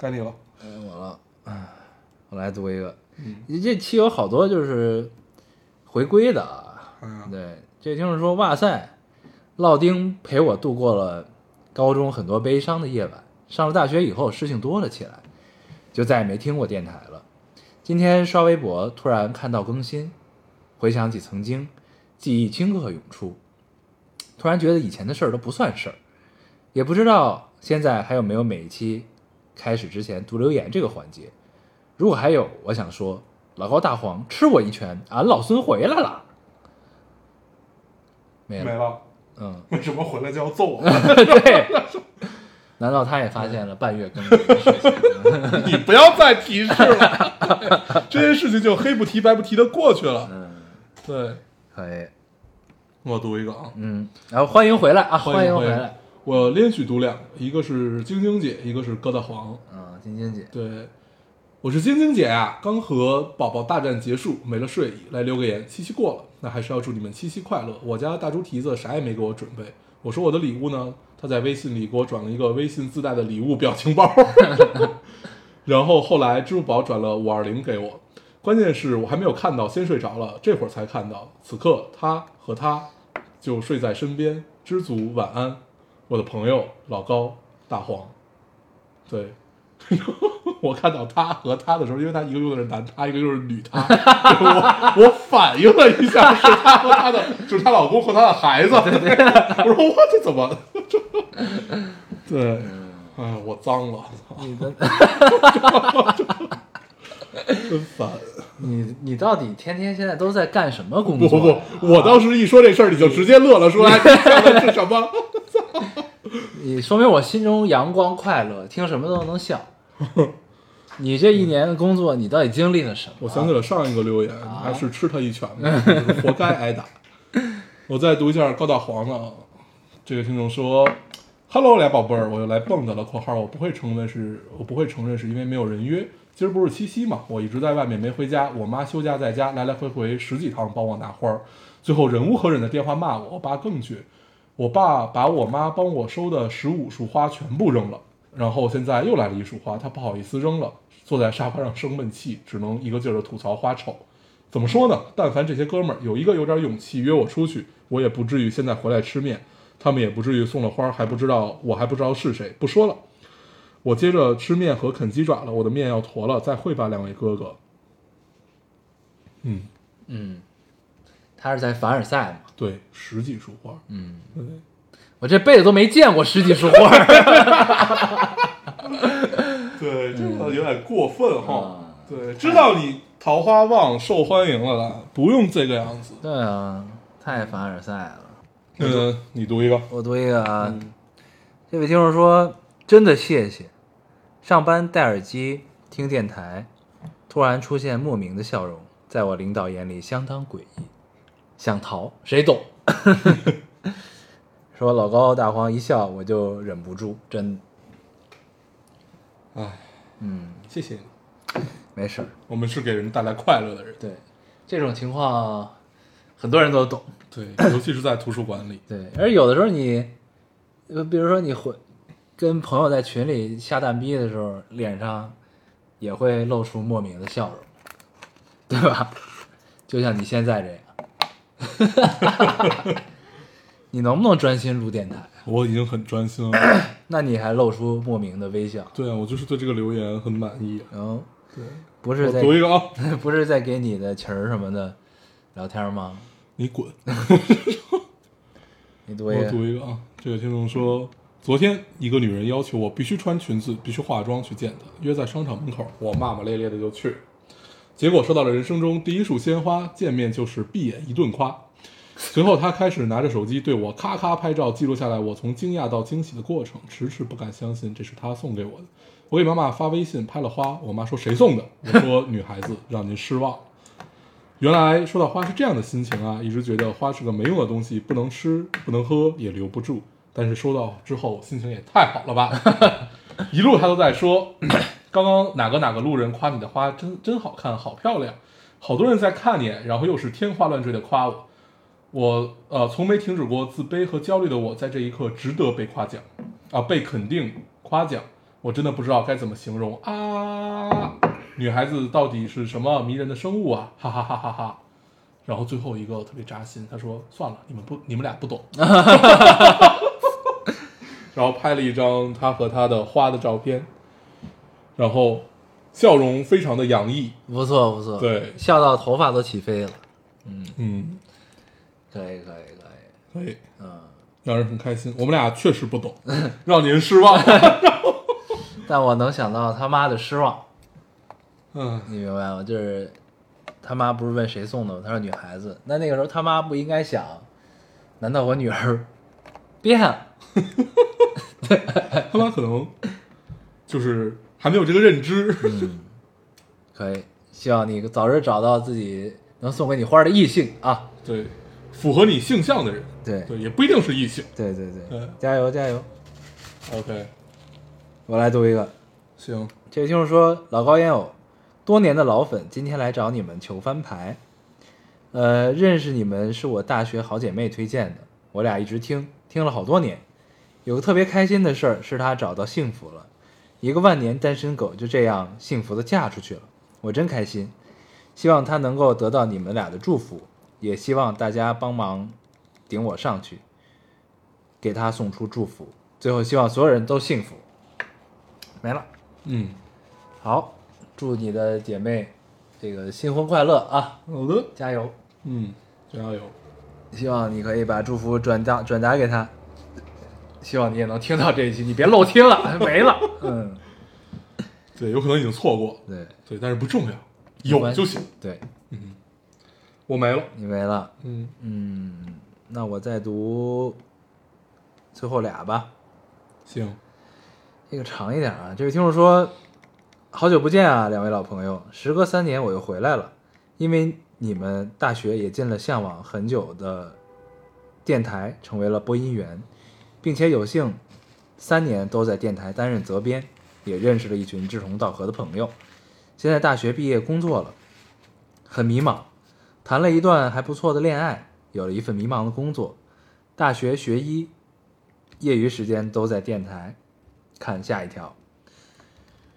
Speaker 2: 该你了。
Speaker 1: 哎，我了，我来读一个。
Speaker 2: 嗯
Speaker 1: 你这期有好多就是回归的啊。
Speaker 2: 嗯
Speaker 1: 对，这听众说，哇塞，烙丁陪我度过了高中很多悲伤的夜晚。上了大学以后，事情多了起来，就再也没听过电台了。今天刷微博，突然看到更新，回想起曾经，记忆顷刻涌出，突然觉得以前的事儿都不算事儿。也不知道现在还有没有每一期开始之前读留言这个环节。如果还有，我想说，老高大黄吃我一拳，俺老孙回来了。没
Speaker 2: 没
Speaker 1: 了，
Speaker 2: 了。
Speaker 1: 嗯，
Speaker 2: *laughs* 为什么回来就要揍我？ *laughs*
Speaker 1: 对。难道他也发现了半月更新的事 *laughs* 情？
Speaker 2: 你不要再提示了， *laughs* 这件事情就黑不提白不提的过去了。
Speaker 1: 嗯，
Speaker 2: 对，
Speaker 1: 可以，
Speaker 2: 我读一个啊，
Speaker 1: 嗯，然后欢迎回来啊，欢
Speaker 2: 迎
Speaker 1: 回
Speaker 2: 来
Speaker 1: 来。。
Speaker 2: 我连续读两个，一个是晶晶姐，一个是疙瘩黄。
Speaker 1: 嗯，晶晶姐，
Speaker 2: 对，我是晶晶姐啊，刚和宝宝大战结束，没了睡意，来留个言。七夕过了，那还是要祝你们七夕快乐。我家大猪蹄子啥也没给我准备，我说我的礼物呢，他在微信里给我转了一个微信自带的礼物表情包， *laughs* 然后后来支付宝转了五二零给我。关键是我还没有看到，先睡着了，这会儿才看到。此刻他和他就睡在身边，知足晚安，我的朋友老高大黄，对， *laughs* 我看到他和他的时候，因为他一个用的是男他，一个用的是女他， *laughs* 我我反应了一下，是他和他的， *laughs* 就是她老公和她的孩子。 *laughs* 我说我这怎么？ *laughs* 对，哎，我脏了，
Speaker 1: 你的
Speaker 2: *laughs* 真烦。
Speaker 1: 你你到底天天现在都在干什么工
Speaker 2: 不
Speaker 1: 作
Speaker 2: 不
Speaker 1: 呀？
Speaker 2: 不，我当时一说这事儿，你就直接乐了，说哎，你干的是什么？
Speaker 1: 你说明我心中阳光快乐，听什么都
Speaker 2: *laughs*
Speaker 1: 能笑。你这一年的工作，你到底经历了什么？
Speaker 2: 我想起了上一个留言，还是吃他一拳吧，就是活该挨打。我再读一下高大黄的，啊这个听众说：“Hello，俩宝贝儿，我又来蹦跶了。”（括号我不会承认是，我不会承认是因为没有人约。今儿不是七夕嘛，我一直在外面没回家，我妈休假在家，来来回回十几趟帮我拿花儿，最后忍无可忍的电话骂我，我爸更绝。我爸把我妈帮我收的十五束花全部扔了，然后现在又来了一束花，他不好意思扔了，坐在沙发上生闷气，只能一个劲儿的吐槽花丑。怎么说呢？但凡这些哥们儿有一个有点勇气约我出去，我也不至于现在回来吃面，他们也不至于送了花还不知道我还不知道是谁。不说了，我接着吃面和啃鸡爪了，我的面要坨了，再会吧，两位哥哥。嗯，
Speaker 1: 嗯，他是在凡尔赛嘛？
Speaker 2: 对，十几束花，
Speaker 1: 嗯，
Speaker 2: 嗯
Speaker 1: 我这辈子都没见过十几束花儿。
Speaker 2: 对，这个有点过分哈。对，知道你桃花旺受欢迎了啦，不用这个样子。
Speaker 1: 对啊，太凡尔赛了。
Speaker 2: 嗯，你读一个。
Speaker 1: 我读一个啊，这位听众说：“真的谢谢，上班戴耳机听电台，突然出现莫名的笑容，在我领导眼里相当诡异，想逃谁 *laughs* 懂？”说老高大黄一笑，我就忍不住，真
Speaker 2: 哎，
Speaker 1: 嗯
Speaker 2: 谢谢你，
Speaker 1: 没事儿。
Speaker 2: 我们是给人带来快乐的人。
Speaker 1: 对，这种情况很多人都懂。
Speaker 2: 对，尤其是在图书馆里。
Speaker 1: 对，而有的时候你，呃，比如说你回跟朋友在群里瞎蛋逼的时候，脸上也会露出莫名的笑容，对吧？就像你现在这样， *laughs* 你能不能专心录电台？
Speaker 2: 我已经很专心 *coughs* 了。
Speaker 1: 那你还露出莫名的微笑，
Speaker 2: 对啊，我就是对这个留言很满意。
Speaker 1: 嗯，
Speaker 2: 对，
Speaker 1: 不是
Speaker 2: 我
Speaker 1: 在
Speaker 2: 读一个啊，
Speaker 1: *laughs* 不是在给你的群儿什么的聊天吗？
Speaker 2: 你滚。
Speaker 1: 你读一
Speaker 2: 我
Speaker 1: 个，
Speaker 2: 读一个啊，这个听众说，昨天一个女人要求我必须穿裙子，必须化妆去见她，约在商场门口，我骂骂咧咧的就去了，结果收到了人生中第一束鲜花，见面就是闭眼一顿夸。随后，她开始拿着手机对我咔咔拍照，记录下来我从惊讶到惊喜的过程，迟迟不敢相信这是她送给我的。我给妈妈发微信拍了花，我妈说谁送的？我说女孩子让您失望了。原来说到花是这样的心情啊，一直觉得花是个没用的东西，不能吃，不能喝，也留不住。但是收到之后，心情也太好了吧！ *laughs* 一路他都在说， *clears throat* 刚刚哪个哪个路人夸你的花真真好看，好漂亮，好多人在看你，然后又是天花乱坠的夸我。我呃，从没停止过自卑和焦虑的我，在这一刻值得被夸奖，啊、被肯定夸奖。我真的不知道该怎么形容啊！女孩子到底是什么迷人的生物啊？哈哈哈哈哈！然后最后一个特别扎心，他说：“算了，你们不，你们俩不懂。” *laughs* 然后拍了一张他和他的花的照片，然后笑容非常的洋溢。
Speaker 1: 不错不错，
Speaker 2: 对
Speaker 1: 笑到头发都起飞了，
Speaker 2: 嗯，
Speaker 1: 可以可以可以，
Speaker 2: 可以
Speaker 1: 嗯。
Speaker 2: 让人很开心。我们俩确实不懂， *laughs* 让您失望了。
Speaker 1: 但我能想到他妈的失望，
Speaker 2: 嗯，
Speaker 1: 你明白吗？就是他妈不是问谁送的吗？他说女孩子。那那个时候他妈不应该想，难道我女儿 *laughs* 变了？
Speaker 2: 他妈可能就是还没有这个认知。
Speaker 1: 嗯可以，希望你早日找到自己能送给你花的异性啊！
Speaker 2: *laughs* 对，符合你性向的人，
Speaker 1: 对
Speaker 2: 对，也不一定是异性。
Speaker 1: 对对对
Speaker 2: 嗯，
Speaker 1: 加油加油！
Speaker 2: OK，
Speaker 1: 我来读一个，
Speaker 2: 行，
Speaker 1: 这位听众说：“老高烟友，多年的老粉，今天来找你们求翻牌。呃，认识你们是我大学好姐妹推荐的，我俩一直听，听了好多年。有个特别开心的事儿，是她找到幸福了，一个万年单身狗就这样幸福的嫁出去了，我真开心。希望她能够得到你们俩的祝福，也希望大家帮忙顶我上去，给她送出祝福。最后，希望所有人都幸福。没了。”
Speaker 2: 嗯，
Speaker 1: 好，祝你的姐妹这个新婚快乐啊，
Speaker 2: 好的，
Speaker 1: 加油！
Speaker 2: 嗯，加油，
Speaker 1: 希望你可以把祝福转达转达给她，希望你也能听到这一期，你别漏听
Speaker 2: *laughs*
Speaker 1: 了，没了。嗯，
Speaker 2: 对，有可能已经错过了，
Speaker 1: 对
Speaker 2: 对，但是不重要，
Speaker 1: 没
Speaker 2: 有
Speaker 1: 关系
Speaker 2: 就行。
Speaker 1: 对，
Speaker 2: 我没了，
Speaker 1: 你没了。
Speaker 2: 嗯，
Speaker 1: 嗯，那我再读最后俩吧。
Speaker 2: 行，
Speaker 1: 这个长一点啊，这位听众说：“好久不见啊，两位老朋友，时隔三年我又回来了，因为你们大学也进了向往很久的电台，成为了播音员，并且有幸三年都在电台担任责编，也认识了一群志同道合的朋友。现在大学毕业工作了，很迷茫，谈了一段还不错的恋爱，有了一份迷茫的工作，大学学医，业余时间都在电台。”看下一条。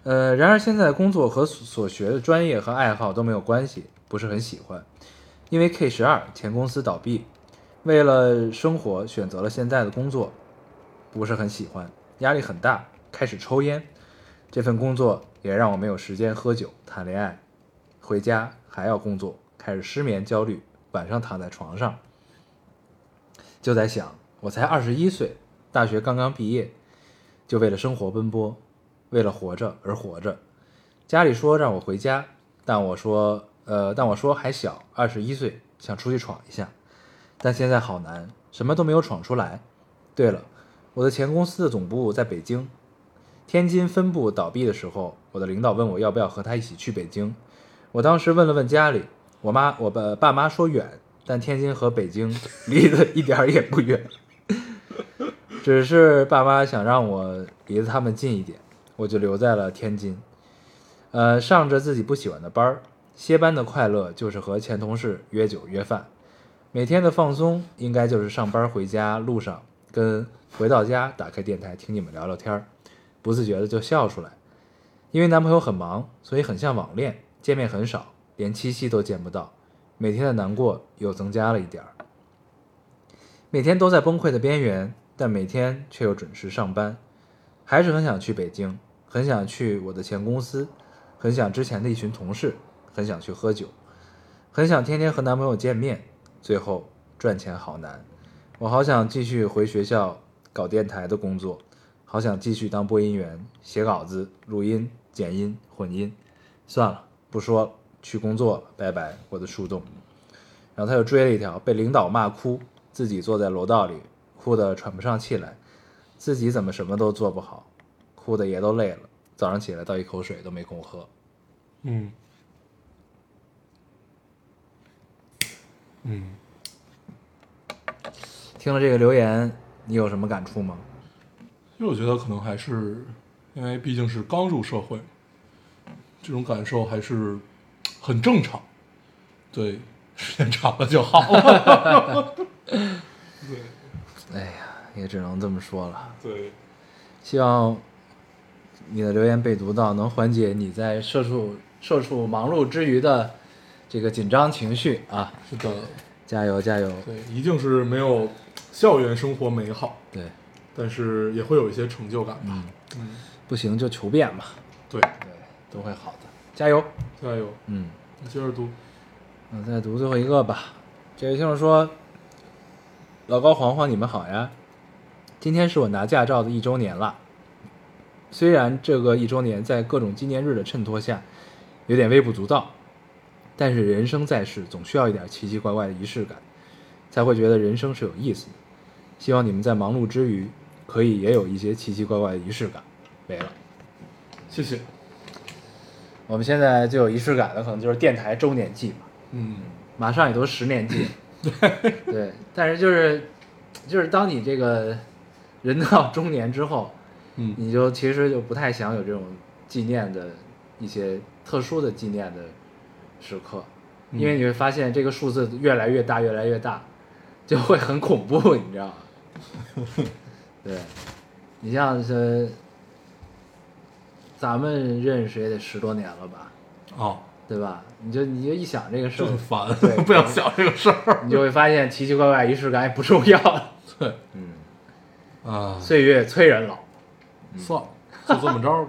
Speaker 1: 呃，然而现在的工作和所所学的专业和爱好都没有关系，不是很喜欢。因为 K 十二前公司倒闭，为了生活选择了现在的工作，不是很喜欢，压力很大，开始抽烟。这份工作也让我没有时间喝酒、谈恋爱，回家还要工作，开始失眠、焦虑，晚上躺在床上，就在想，我才二十一岁，大学刚刚毕业，就为了生活奔波，为了活着而活着。家里说让我回家，但我说，呃，但我说还小，二十一岁，想出去闯一下，但现在好难，什么都没有闯出来。对了，我的前公司的总部在北京，天津分部倒闭的时候，我的领导问我要不要和他一起去北京，我当时问了问家里，我妈我爸爸妈说远，但天津和北京 *laughs* 离得一点儿也不远。只是爸妈想让我离他们近一点，我就留在了天津。呃，上着自己不喜欢的班儿，歇班的快乐就是和前同事约酒约饭，每天的放松应该就是上班回家路上跟回到家打开电台听你们聊聊天儿，不自觉的就笑出来。因为男朋友很忙，所以很像网恋，见面很少，连七夕都见不到，每天的难过又增加了一点儿。每天都在崩溃的边缘，但每天却又准时上班，还是很想去北京，很想去我的前公司，很想之前的一群同事，很想去喝酒，很想天天和男朋友见面。最后赚钱好难，我好想继续回学校搞电台的工作，好想继续当播音员，写稿子、录音、剪音、混音。算了，不说了，去工作了，拜拜，我的树洞。然后他又追了一条，被领导骂哭，自己坐在楼道里哭得喘不上气来，自己怎么什么都做不好，哭的也都累了，早上起来倒一口水都没空喝。
Speaker 2: 嗯，嗯，
Speaker 1: 听了这个留言，你有什么感触吗？
Speaker 2: 因为我觉得可能还是因为毕竟是刚入社会，这种感受还是很正常。对，时间长了就好
Speaker 1: *laughs*
Speaker 2: 了。
Speaker 1: 哎呀，也只能这么说了。
Speaker 2: 对，
Speaker 1: 希望你的留言被读到，能缓解你在社畜社畜忙碌之余的这个紧张情绪啊！
Speaker 2: 是的，
Speaker 1: 加油加油！
Speaker 2: 对，一定是没有校园生活美好，
Speaker 1: 对，
Speaker 2: 但是也会有一些成就感吧。
Speaker 1: 嗯，
Speaker 2: 嗯，
Speaker 1: 不行就求变嘛，
Speaker 2: 对，
Speaker 1: 对，都会好的，加油！
Speaker 2: 加油，
Speaker 1: 嗯。
Speaker 2: 你接着读。
Speaker 1: 我再读最后一个吧。这位听众说：“老高、黄黄，你们好呀！今天是我拿驾照的一周年了。虽然这个一周年在各种纪念日的衬托下，有点微不足道，但是人生在世，总需要一点奇奇怪怪的仪式感，才会觉得人生是有意思的。希望你们在忙碌之余，可以也有一些奇奇怪怪的仪式感。”没了。
Speaker 2: 谢谢。
Speaker 1: 我们现在最有仪式感的，可能就是电台周年季吧。
Speaker 2: 嗯，
Speaker 1: 马上也都十年级了，对，但是就是就是当你这个人到中年之后，
Speaker 2: 嗯
Speaker 1: 你就其实就不太想有这种纪念的一些特殊的纪念的时刻，因为你会发现这个数字越来越大，越来越大，就会很恐怖，你知道吗？对，你像是咱们认识也得十多年了吧，
Speaker 2: 哦，
Speaker 1: 对吧？你就你就一想这个事
Speaker 2: 就
Speaker 1: 儿
Speaker 2: 很，烦
Speaker 1: 嗯对，
Speaker 2: 不想想这个事
Speaker 1: *laughs*
Speaker 2: 儿。
Speaker 1: 你就会发现奇奇怪怪仪式感也不重要了。
Speaker 2: 对，
Speaker 1: 嗯，
Speaker 2: 啊，
Speaker 1: 岁月催人老，
Speaker 2: 算了，就这么
Speaker 1: *laughs*
Speaker 2: 着吧。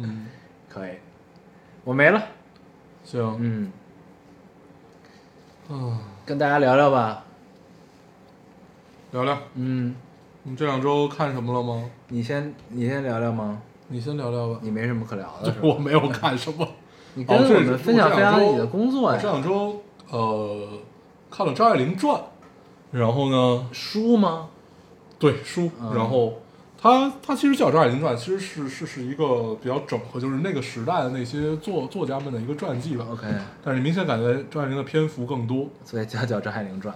Speaker 2: 嗯，
Speaker 1: 可以，我没了。
Speaker 2: 行，
Speaker 1: 嗯，
Speaker 2: 嗯，
Speaker 1: 跟大家聊聊吧。
Speaker 2: 聊聊
Speaker 1: 嗯，
Speaker 2: 你这两周看什么了吗？
Speaker 1: 你先你先聊聊吗？
Speaker 2: 你先聊聊吧。
Speaker 1: 你没什么可聊的是
Speaker 2: *laughs* 我
Speaker 1: 吧？
Speaker 2: 没有看什么。
Speaker 1: 你跟
Speaker 2: 哦，这
Speaker 1: 我们分享分享你的工作
Speaker 2: 我这
Speaker 1: 呀？
Speaker 2: 两周呃看了张爱玲传，然后呢，
Speaker 1: 书吗？
Speaker 2: 对书，
Speaker 1: 嗯
Speaker 2: 然后他他其实较早《尔金传》其实是是是一个比较整合，就是那个时代的那些作作家们的一个传记吧。
Speaker 1: OK，
Speaker 2: 但是明显感觉张爱玲的篇幅更多，
Speaker 1: 所以就叫《张爱
Speaker 2: *laughs*
Speaker 1: 玲传》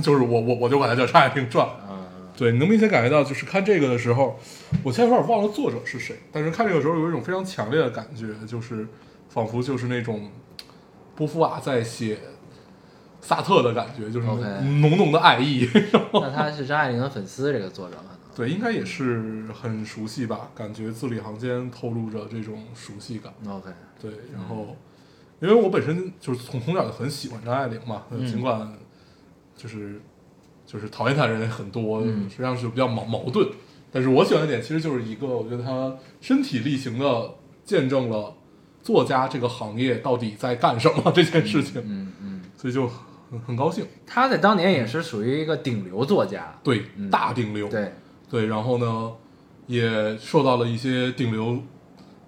Speaker 2: 就是我我我就管它叫《张爱玲传》。
Speaker 1: 啊，
Speaker 2: 对，你能明显感觉到，就是看这个的时候，我现在有点忘了作者是谁，但是看这个时候有一种非常强烈的感觉，就是仿佛就是那种波伏娃在写萨特的感觉，就是
Speaker 1: OK
Speaker 2: 浓浓的爱意。 *laughs*
Speaker 1: 那他是张爱玲的粉丝，这个作者可能
Speaker 2: 对，应该也是很熟悉吧，感觉字里行间透露着这种熟悉感。
Speaker 1: OK，
Speaker 2: 对，然后因为我本身就是从从小就很喜欢张爱玲嘛，呃
Speaker 1: 嗯
Speaker 2: 尽管就是就是讨厌她的人也很多，
Speaker 1: 嗯
Speaker 2: 实际上是比较矛矛盾。但是我喜欢的点其实就是一个，我觉得她身体力行的见证了作家这个行业到底在干什么这件事情，
Speaker 1: 嗯嗯，
Speaker 2: 所以就很很高兴。
Speaker 1: 他在当年也是属于一个顶流作家，
Speaker 2: 对，
Speaker 1: 嗯
Speaker 2: 大顶流，
Speaker 1: 对，
Speaker 2: 对，然后呢，也受到了一些顶流，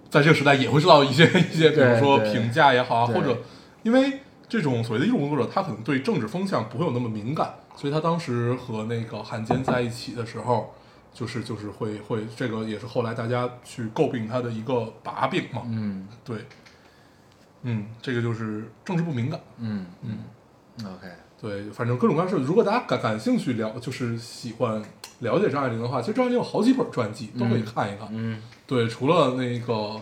Speaker 2: 在这个时代也会受到一些 *laughs* 一些，比如
Speaker 1: 对
Speaker 2: 说
Speaker 1: 对
Speaker 2: 评价也好啊，
Speaker 1: 对
Speaker 2: 或者因为这种所谓的艺术工作者，他可能对政治风向不会有那么敏感，所以他当时和那个汉奸在一起的时候，就是就是会会这个也是后来大家去诟病他的一个把柄嘛，
Speaker 1: 嗯
Speaker 2: 对，嗯，这个就是政治不敏感。
Speaker 1: 嗯嗯，OK，
Speaker 2: 对，反正各种各样的事。如果大家感感兴趣了，就是喜欢了解张爱玲的话，其实张爱玲有好几本传记，都可以看一看。
Speaker 1: 嗯
Speaker 2: 对，除了那个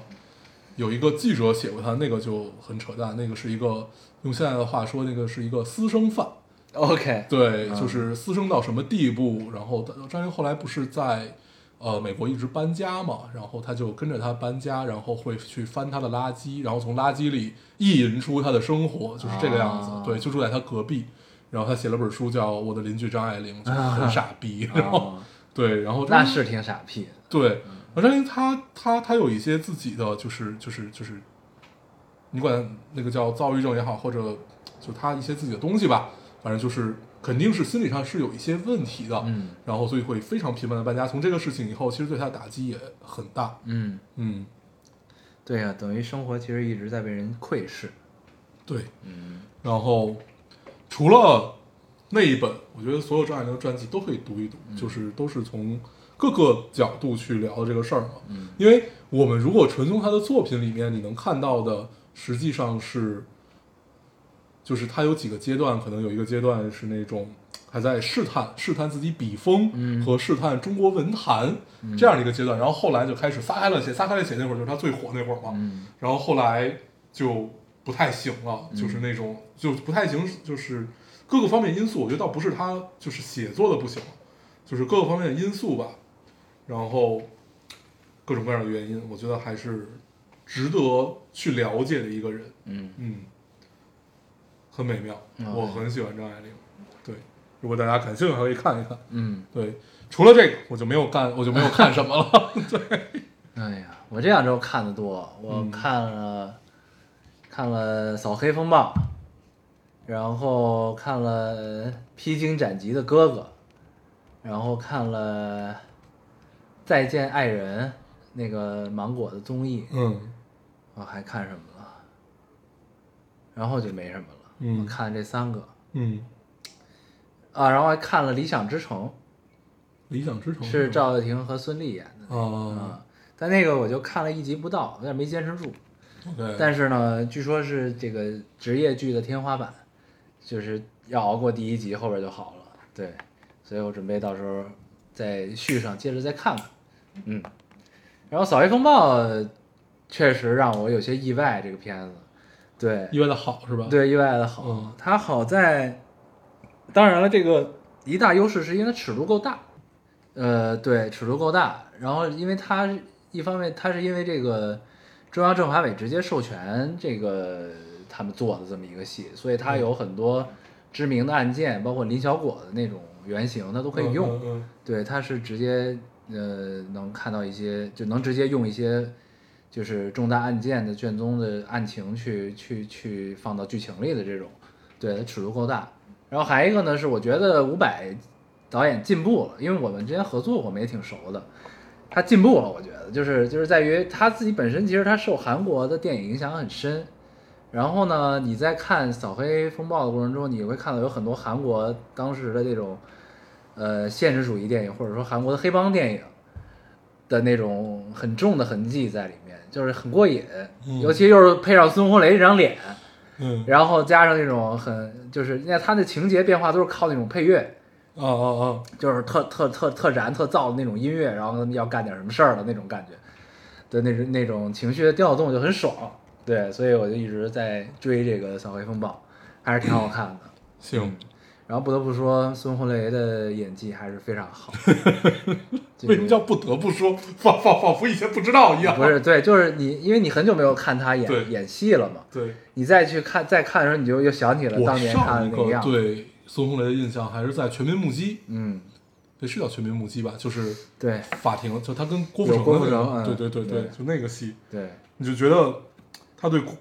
Speaker 2: 有一个记者写过她，那个就很扯淡，那个是一个用现在的话说，那个是一个私生饭。
Speaker 1: ，OK，
Speaker 2: 对，
Speaker 1: 嗯
Speaker 2: 就是私生到什么地步。然后张爱玲后来不是在呃美国一直搬家嘛，然后她就跟着他搬家，然后会去翻他的垃圾，然后从垃圾里意淫出他的生活，就是这个样子。
Speaker 1: 啊
Speaker 2: 对，就住在他隔壁。然后他写了本书叫《我的邻居张爱玲》，就是很傻逼。 *laughs* 然后
Speaker 1: 啊哦
Speaker 2: 对，然后张
Speaker 1: 那是挺傻屁的，
Speaker 2: 对，而张爱玲她她她有一些自己的，就是就是就是，你管那个叫躁郁症也好，或者就她一些自己的东西吧，反正就是肯定是心理上是有一些问题的，
Speaker 1: 嗯
Speaker 2: 然后所以会非常频繁的搬家。从这个事情以后，其实对她的打击也很大，
Speaker 1: 嗯，
Speaker 2: 嗯，
Speaker 1: 对呀、等于生活其实一直在被人窥视，
Speaker 2: 对，嗯，然后除了那一本，我觉得所有张爱玲的传记都可以读一读，就是都是从各个角度去聊这个事儿嘛。嗯，因为我们如果纯从她的作品里面，你能看到的实际上是，就是她有几个阶段，可能有一个阶段是那种。还在试探试探自己笔锋
Speaker 1: 嗯
Speaker 2: 和试探中国文坛、这样的一个阶段，然后后来就开始撒开了写，撒开了写那会儿就是她最火那会儿嘛，
Speaker 1: 嗯
Speaker 2: 然后后来就不太行了，就是那种就不太行，就是各个方面因素，我觉得倒不是他就是写作的不行，就是各个方面的因素吧，然后各种各样的原因，我觉得还是值得去了解的一个人，
Speaker 1: 嗯，
Speaker 2: 嗯，很美妙，
Speaker 1: 嗯
Speaker 2: 我很喜欢张爱玲，对，如果大家感兴趣还可以看一看，
Speaker 1: 嗯，
Speaker 2: 对，除了这个我就没有干，我就没有看什么
Speaker 1: *laughs*
Speaker 2: 了，
Speaker 1: 哎呀，我这两周看的多，我看了、看了《扫黑风暴》，然后看了《披荆斩棘的哥哥》，然后看了《再见爱人》那个芒果的综艺，
Speaker 2: 嗯
Speaker 1: 我还看什么了？然后就没什么了。
Speaker 2: 嗯
Speaker 1: 我看这三个
Speaker 2: 嗯，
Speaker 1: 啊，然后还看了《理想之城
Speaker 2: 理想之城》，
Speaker 1: 是
Speaker 2: 吧
Speaker 1: 赵又廷和孙俪演的
Speaker 2: 啊
Speaker 1: 啊，但那个我就看了一集不到，有点没坚持住。
Speaker 2: ，OK，
Speaker 1: 但是呢，据说是这个职业剧的天花板，就是要熬过第一集，后边就好了。对，所以我准备到时候再续上，接着再看看。嗯，然后《扫黑风暴》确实让我有些意外，这个片子，对
Speaker 2: 意外的好是吧？，
Speaker 1: 对，意外的好。
Speaker 2: 嗯
Speaker 1: 它好在，当然了，这个一大优势是因为它尺度够大，呃，对，尺度够大。然后，因为它一方面，它是因为这个中央政法委直接授权这个他们做的这么一个戏，所以它有很多知名的案件，包括林小果的那种原型，它都可以用。
Speaker 2: 嗯嗯
Speaker 1: 对，它是直接呃能看到一些，就能直接用一些就是重大案件的卷宗的案情去去去放到剧情里的这种，对，它尺度够大。然后还一个呢是我觉得伍佰导演进步了，因为我们之前合作我们也挺熟的，他进步了，我觉得就是就是在于他自己本身其实他受韩国的电影影响很深。然后呢，你在看《扫黑风暴》的过程中，你会看到有很多韩国当时的这种呃现实主义电影，或者说韩国的黑帮电影，的那种很重的痕迹在里面，就是很过瘾。尤其又是配上孙红雷这张脸，
Speaker 2: 嗯，
Speaker 1: 然后加上那种很就是，你看他的情节变化都是靠那种配乐，
Speaker 2: 哦哦
Speaker 1: 就是特特特特燃特燥的那种音乐，然后要干点什么事儿的那种感觉的那种那种情绪的调动就很爽。对，所以我就一直在追这个《扫黑风暴》，还是挺好看的。
Speaker 2: 哦，行，
Speaker 1: 然后不得不说，孙红雷的演技还是非
Speaker 2: *laughs*
Speaker 1: 常好。就是
Speaker 2: 为什么叫不得不说？ *laughs* 仿仿仿佛以前不知道一样。
Speaker 1: 不是对？就是你，因为你很久没有看他
Speaker 2: 对
Speaker 1: 演演戏了嘛，
Speaker 2: 对，
Speaker 1: 你再去看再看的时候，你就又想起了
Speaker 2: 我
Speaker 1: 当年看
Speaker 2: 上
Speaker 1: 的
Speaker 2: 一
Speaker 1: 那个
Speaker 2: 个
Speaker 1: 样子。
Speaker 2: 对孙红雷的印象还是在《全民目击》，
Speaker 1: 嗯，
Speaker 2: 对，是叫《全民目击》吧？就是
Speaker 1: 对
Speaker 2: 法庭，就他跟郭富
Speaker 1: 有
Speaker 2: 城
Speaker 1: 郭
Speaker 2: 的
Speaker 1: 富
Speaker 2: 那个，
Speaker 1: 城嗯
Speaker 2: 对对对对，
Speaker 1: 对
Speaker 2: 就那个戏，
Speaker 1: 对，
Speaker 2: 你就觉得他对郭，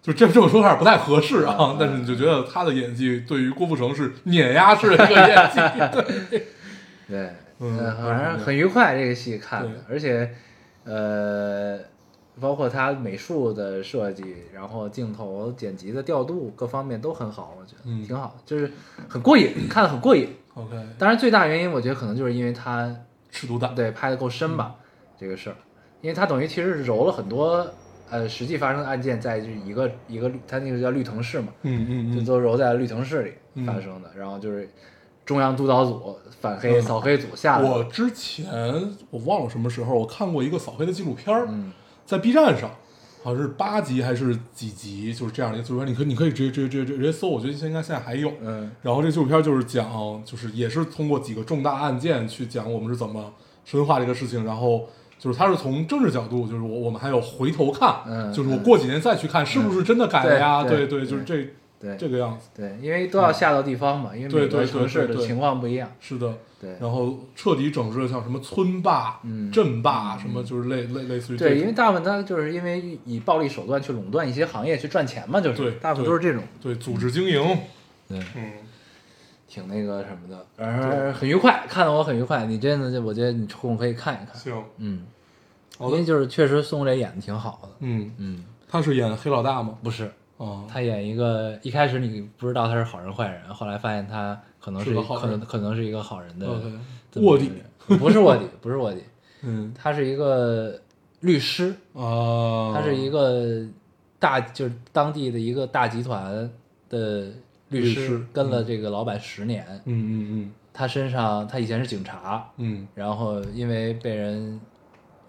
Speaker 2: 就这这么说有点不太合适
Speaker 1: 嗯
Speaker 2: 啊
Speaker 1: 嗯，
Speaker 2: 但是你就觉得他的演技对于郭富城是碾压式的一个演技，
Speaker 1: *laughs* 对，
Speaker 2: 嗯
Speaker 1: 呃
Speaker 2: 还
Speaker 1: 反
Speaker 2: 是
Speaker 1: 正
Speaker 2: 那
Speaker 1: 很愉快这个戏看的
Speaker 2: 对，
Speaker 1: 而且，呃，包括它美术的设计，然后镜头、剪辑的调度各方面都很好，我觉得、
Speaker 2: 嗯
Speaker 1: 挺好，就是很过瘾，看的很过瘾。
Speaker 2: OK，
Speaker 1: 当然，最大原因我觉得可能就是因为它
Speaker 2: 尺度大，
Speaker 1: 对拍的够深
Speaker 2: 嗯
Speaker 1: 吧，这个事儿，因为它等于其实揉了很多呃实际发生的案件在这一个一个它那个叫绿藤市嘛，
Speaker 2: 嗯嗯
Speaker 1: 就
Speaker 2: 嗯，
Speaker 1: 都揉在绿藤市里
Speaker 2: 嗯
Speaker 1: 发生的，然后就是中央督导组反黑、
Speaker 2: 嗯
Speaker 1: 扫黑组下来的。
Speaker 2: 我之前我忘了什么时候我看过一个扫黑的纪录片儿，
Speaker 1: 嗯
Speaker 2: 在 B 站上。好像是八集还是几集，就是这样的一个纪录片，你可以你可以直接直接直接直接搜，我觉得现在应该现在还有，
Speaker 1: 嗯
Speaker 2: 然后这纪录片就是讲，就是也是通过几个重大案件去讲我们是怎么深化这个事情，然后就是它是从政治角度，就是我我们还有回头看，
Speaker 1: 嗯
Speaker 2: 就是我过几年再去看是不是真的改了呀？
Speaker 1: 嗯
Speaker 2: 对
Speaker 1: 对
Speaker 2: 对，
Speaker 1: 对
Speaker 2: 就是这
Speaker 1: 对
Speaker 2: 这个样子，
Speaker 1: 对，因为都要下到地方嘛，因为每
Speaker 2: 嗯对对
Speaker 1: 个
Speaker 2: 对
Speaker 1: 城市
Speaker 2: 对
Speaker 1: 的
Speaker 2: 对
Speaker 1: 情况不一样。
Speaker 2: 是的。
Speaker 1: 对
Speaker 2: 然后彻底整治了像什么村霸、
Speaker 1: 嗯
Speaker 2: 镇霸什么，就是类类类似于这
Speaker 1: 对，因
Speaker 2: 种
Speaker 1: 为大部分它就是因为以暴力手段去垄断一些行业去赚钱嘛，就是
Speaker 2: 对
Speaker 1: 大部分都是这种，
Speaker 2: 对组织经营，
Speaker 1: 对，
Speaker 2: 嗯，
Speaker 1: 挺那个什么的，而很愉快，看得我很愉快。你真的，就我觉得你抽空可以看一看，
Speaker 2: 行，
Speaker 1: 嗯，
Speaker 2: 好
Speaker 1: 因
Speaker 2: 的
Speaker 1: 为就是确实宋磊演的挺好的，
Speaker 2: 嗯，
Speaker 1: 嗯，
Speaker 2: 他是演黑老大吗？
Speaker 1: 不是，
Speaker 2: 啊，
Speaker 1: 他演一个一开始你不知道他是好人坏人，后来发现他可能
Speaker 2: 是
Speaker 1: 是
Speaker 2: 个
Speaker 1: 一
Speaker 2: 好
Speaker 1: 可能
Speaker 2: 人
Speaker 1: 可能是一个好人的
Speaker 2: OK
Speaker 1: 这么
Speaker 2: 卧
Speaker 1: 一
Speaker 2: 底
Speaker 1: 个人，不是卧底，不是卧底，
Speaker 2: 嗯
Speaker 1: 他是一个律师，
Speaker 2: 啊，
Speaker 1: 他是一个大就是当地的一个大集团的律
Speaker 2: 律师嗯
Speaker 1: 师，跟了这个老板十年。
Speaker 2: 嗯嗯
Speaker 1: 他身上他以前是警察，
Speaker 2: 嗯
Speaker 1: 然后因为被人